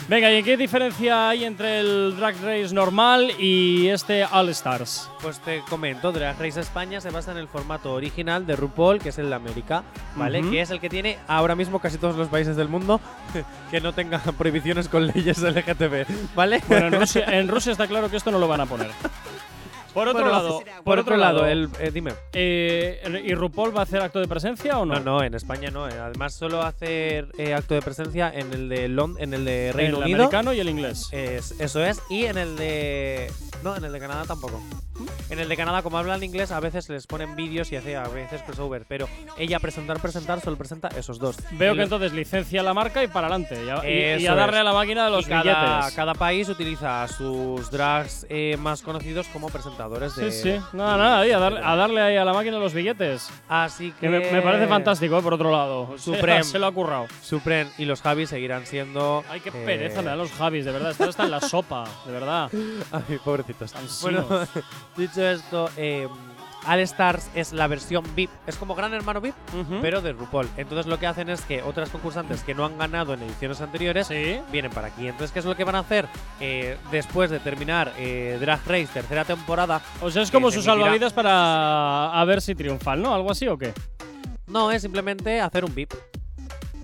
[SPEAKER 3] Venga, ¿y qué diferencia hay entre el Drag Race normal y este All Stars?
[SPEAKER 4] Pues te comento, Drag Race España se basa en el formato original de RuPaul, que es el de América, ¿vale?
[SPEAKER 3] Ujú.
[SPEAKER 4] Que es el que tiene ahora mismo casi todos los países del mundo que no tengan prohibiciones con leyes LGTB, ¿vale?
[SPEAKER 3] Bueno, en Rusia, en Rusia está claro que esto no lo van a poner. Por otro
[SPEAKER 4] Bueno,
[SPEAKER 3] lado,
[SPEAKER 4] por, otro lado, el, eh, dime.
[SPEAKER 3] eh, ¿y RuPaul va a hacer acto de presencia o no?
[SPEAKER 4] No, no, en España no. eh, Además, solo hace eh, acto de presencia en el de Lond en el de Reino
[SPEAKER 3] el
[SPEAKER 4] Unido. Eh,
[SPEAKER 3] americano y el inglés.
[SPEAKER 4] Es- eso es. Y en el de. No, en el de Canadá tampoco. En el de Canadá, como hablan inglés, a veces les ponen vídeos y hace a veces crossover. Pero ella presentar, presentar, solo presenta esos dos.
[SPEAKER 3] Veo
[SPEAKER 4] Y
[SPEAKER 3] que
[SPEAKER 4] los-
[SPEAKER 3] entonces licencia la marca y para adelante. y a- Y, y
[SPEAKER 4] Eso
[SPEAKER 3] a darle
[SPEAKER 4] es.
[SPEAKER 3] a la máquina de los
[SPEAKER 4] y cada,
[SPEAKER 3] billetes.
[SPEAKER 4] cada país utiliza sus drags eh, más conocidos como presentadores
[SPEAKER 3] Sí,
[SPEAKER 4] de.
[SPEAKER 3] sí. Nada, nada, ahí, a, dar- a darle ahí a la máquina los billetes.
[SPEAKER 4] Así que.
[SPEAKER 3] Que me, me parece fantástico, eh, por otro lado. O sea,
[SPEAKER 4] Supreme.
[SPEAKER 3] Se lo ha currado.
[SPEAKER 4] Supren y los Javis seguirán siendo.
[SPEAKER 3] Ay, qué
[SPEAKER 4] eh,
[SPEAKER 3] pereza me dan los Javis, de verdad. Esto está en la sopa, de verdad.
[SPEAKER 4] Ay, pobrecitos.
[SPEAKER 3] Cansinos.
[SPEAKER 4] Bueno, dicho esto, eh, All Stars es la versión VIP. Es como Gran Hermano VIP,
[SPEAKER 3] Ujú.
[SPEAKER 4] pero de RuPaul. Entonces lo que hacen es que otras concursantes que no han ganado en ediciones anteriores
[SPEAKER 3] Sí.
[SPEAKER 4] vienen para aquí. Entonces, ¿qué es lo que van a hacer? Eh, después de terminar eh, Drag Race tercera temporada,
[SPEAKER 3] O sea, es como
[SPEAKER 4] Que
[SPEAKER 3] sus
[SPEAKER 4] se emitirá.
[SPEAKER 3] salvavidas para a ver si triunfan, ¿no? ¿Algo así o qué?
[SPEAKER 4] no es simplemente hacer un VIP.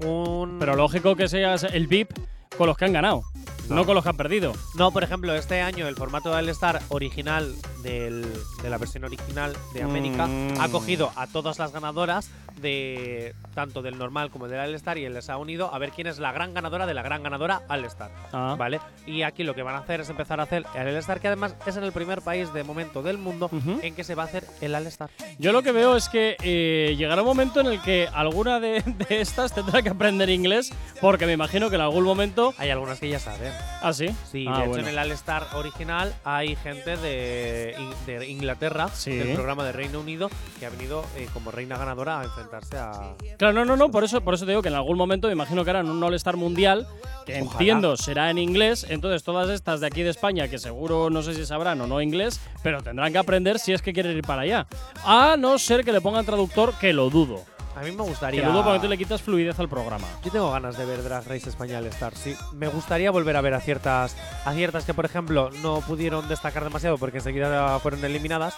[SPEAKER 4] Un...
[SPEAKER 3] Pero lógico que sea el VIP con los que han ganado, no,
[SPEAKER 4] No.
[SPEAKER 3] con los que han perdido.
[SPEAKER 4] No, por ejemplo, este año el formato de All-Star original del- de la versión original de América
[SPEAKER 3] Mm.
[SPEAKER 4] ha cogido a todas las ganadoras de tanto del normal como del All-Star y él les ha unido a ver quién es la gran ganadora de la gran ganadora All-Star.
[SPEAKER 3] Ah.
[SPEAKER 4] ¿Vale? Y aquí lo que van a hacer es empezar a hacer el All-Star, que además es en el primer país de momento del mundo
[SPEAKER 3] Ujú.
[SPEAKER 4] en que se va a hacer el All-Star.
[SPEAKER 3] Yo lo que veo es que eh, llegará un momento en el que alguna de, de estas tendrá que aprender inglés, porque me imagino que en algún momento.
[SPEAKER 4] Hay algunas que ya saben.
[SPEAKER 3] ¿Ah, sí?
[SPEAKER 4] Sí,
[SPEAKER 3] Ah,
[SPEAKER 4] de hecho
[SPEAKER 3] bueno.
[SPEAKER 4] en el All-Star original hay gente de, In- de Inglaterra,
[SPEAKER 3] Sí.
[SPEAKER 4] del programa de Reino Unido, que ha venido eh, como reina ganadora a enfrentarse a.
[SPEAKER 3] Claro, no, no, no, por eso, por eso te digo que en algún momento me imagino que harán un All-Star mundial, que
[SPEAKER 4] Ojalá.
[SPEAKER 3] entiendo será en inglés, entonces todas estas de aquí de España, que seguro no sé si sabrán o no inglés, pero tendrán que aprender si es que quieren ir para allá. A no ser que le pongan traductor, que lo dudo.
[SPEAKER 4] A mí me
[SPEAKER 3] Que
[SPEAKER 4] gustaría.
[SPEAKER 3] lo dudo porque tú le quitas fluidez al programa.
[SPEAKER 4] Yo tengo ganas de ver Drag Race España All-Star, sí. Me gustaría volver a ver a ciertas, a ciertas que, por ejemplo, no pudieron destacar demasiado porque enseguida fueron eliminadas,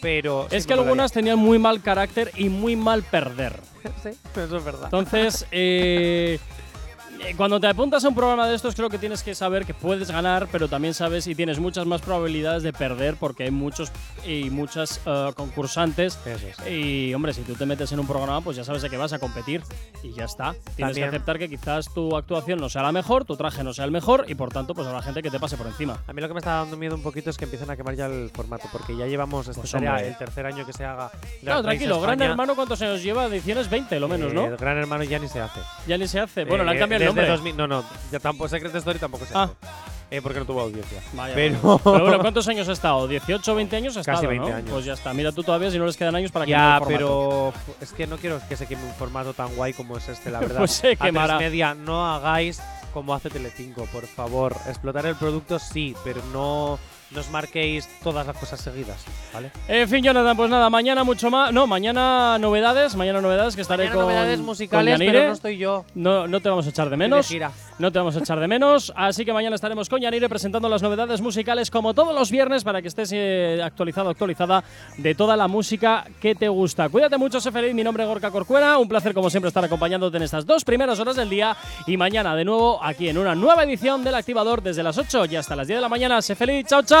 [SPEAKER 4] pero. sí
[SPEAKER 3] Es
[SPEAKER 4] me
[SPEAKER 3] que
[SPEAKER 4] molaría.
[SPEAKER 3] algunas tenían muy mal carácter y muy mal perder.
[SPEAKER 4] sí, eso es verdad.
[SPEAKER 3] Entonces, eh, eh, cuando te apuntas a un programa de estos, creo que tienes que saber que puedes ganar, pero también sabes y tienes muchas más probabilidades de perder porque hay muchos y muchas eh, concursantes.
[SPEAKER 4] Eso es.
[SPEAKER 3] Y hombre, si tú te metes en un programa, pues ya sabes de qué vas a competir y ya está. Tienes que
[SPEAKER 4] También.
[SPEAKER 3] aceptar que quizás tu actuación no sea la mejor, tu traje no sea el mejor y por tanto, pues habrá gente que te pase por encima.
[SPEAKER 4] A mí lo que me está dando miedo un poquito es que empiecen a quemar ya el formato, porque ya llevamos, este
[SPEAKER 3] Pues,
[SPEAKER 4] será
[SPEAKER 3] hombre.
[SPEAKER 4] el tercer año que se haga. Drag
[SPEAKER 3] Claro,
[SPEAKER 4] Race
[SPEAKER 3] tranquilo, Gran
[SPEAKER 4] España.
[SPEAKER 3] Hermano, ¿cuántos años lleva? Ediciones 20, lo menos,
[SPEAKER 4] Eh,
[SPEAKER 3] ¿no?
[SPEAKER 4] Gran Hermano ya ni se hace.
[SPEAKER 3] Ya ni se hace. Bueno, le han
[SPEAKER 4] Eh,
[SPEAKER 3] cambiado el
[SPEAKER 4] desde
[SPEAKER 3] nombre.
[SPEAKER 4] 2000 no, no, ya tampoco, Secret Story tampoco se
[SPEAKER 3] Ah.
[SPEAKER 4] hace. Eh, porque no tuvo audiencia.
[SPEAKER 3] Vaya,
[SPEAKER 4] pero
[SPEAKER 3] vale. Pero bueno, ¿cuántos años ha estado? ¿18 o 20 años ha
[SPEAKER 4] Casi
[SPEAKER 3] estado?
[SPEAKER 4] 20
[SPEAKER 3] ¿no?
[SPEAKER 4] años.
[SPEAKER 3] Pues ya está. Mira tú todavía si no les quedan años para que
[SPEAKER 4] Ya,
[SPEAKER 3] cambie el formato.
[SPEAKER 4] pero fu- es que no quiero que se queme un formato tan guay como es este, la verdad.
[SPEAKER 3] Pues se
[SPEAKER 4] A tres
[SPEAKER 3] quemará.
[SPEAKER 4] media, no hagáis como hace Telecinco, por favor. Explotar el producto sí, pero no nos marquéis todas las cosas seguidas, ¿vale?
[SPEAKER 3] En fin, Jonathan, pues nada, mañana mucho más. No, mañana novedades, mañana novedades que estaré
[SPEAKER 4] Mañana
[SPEAKER 3] con.
[SPEAKER 4] novedades
[SPEAKER 3] con
[SPEAKER 4] musicales, pero
[SPEAKER 3] Yanire.
[SPEAKER 4] no estoy yo.
[SPEAKER 3] No, no te vamos a echar de
[SPEAKER 4] Estoy de
[SPEAKER 3] menos.
[SPEAKER 4] gira.
[SPEAKER 3] No te vamos a echar de menos. Así que mañana estaremos con Yanire presentando las novedades musicales como todos los viernes para que estés eh, actualizado, actualizada de toda la música que te gusta. Cuídate mucho, sé feliz. Mi nombre es Gorka Corcuera. Un placer como siempre estar acompañándote en estas dos primeras horas del día. Y mañana de nuevo aquí en una nueva edición del Activador desde las 8 y hasta las 10 de la mañana. Sé feliz. Chao, chao.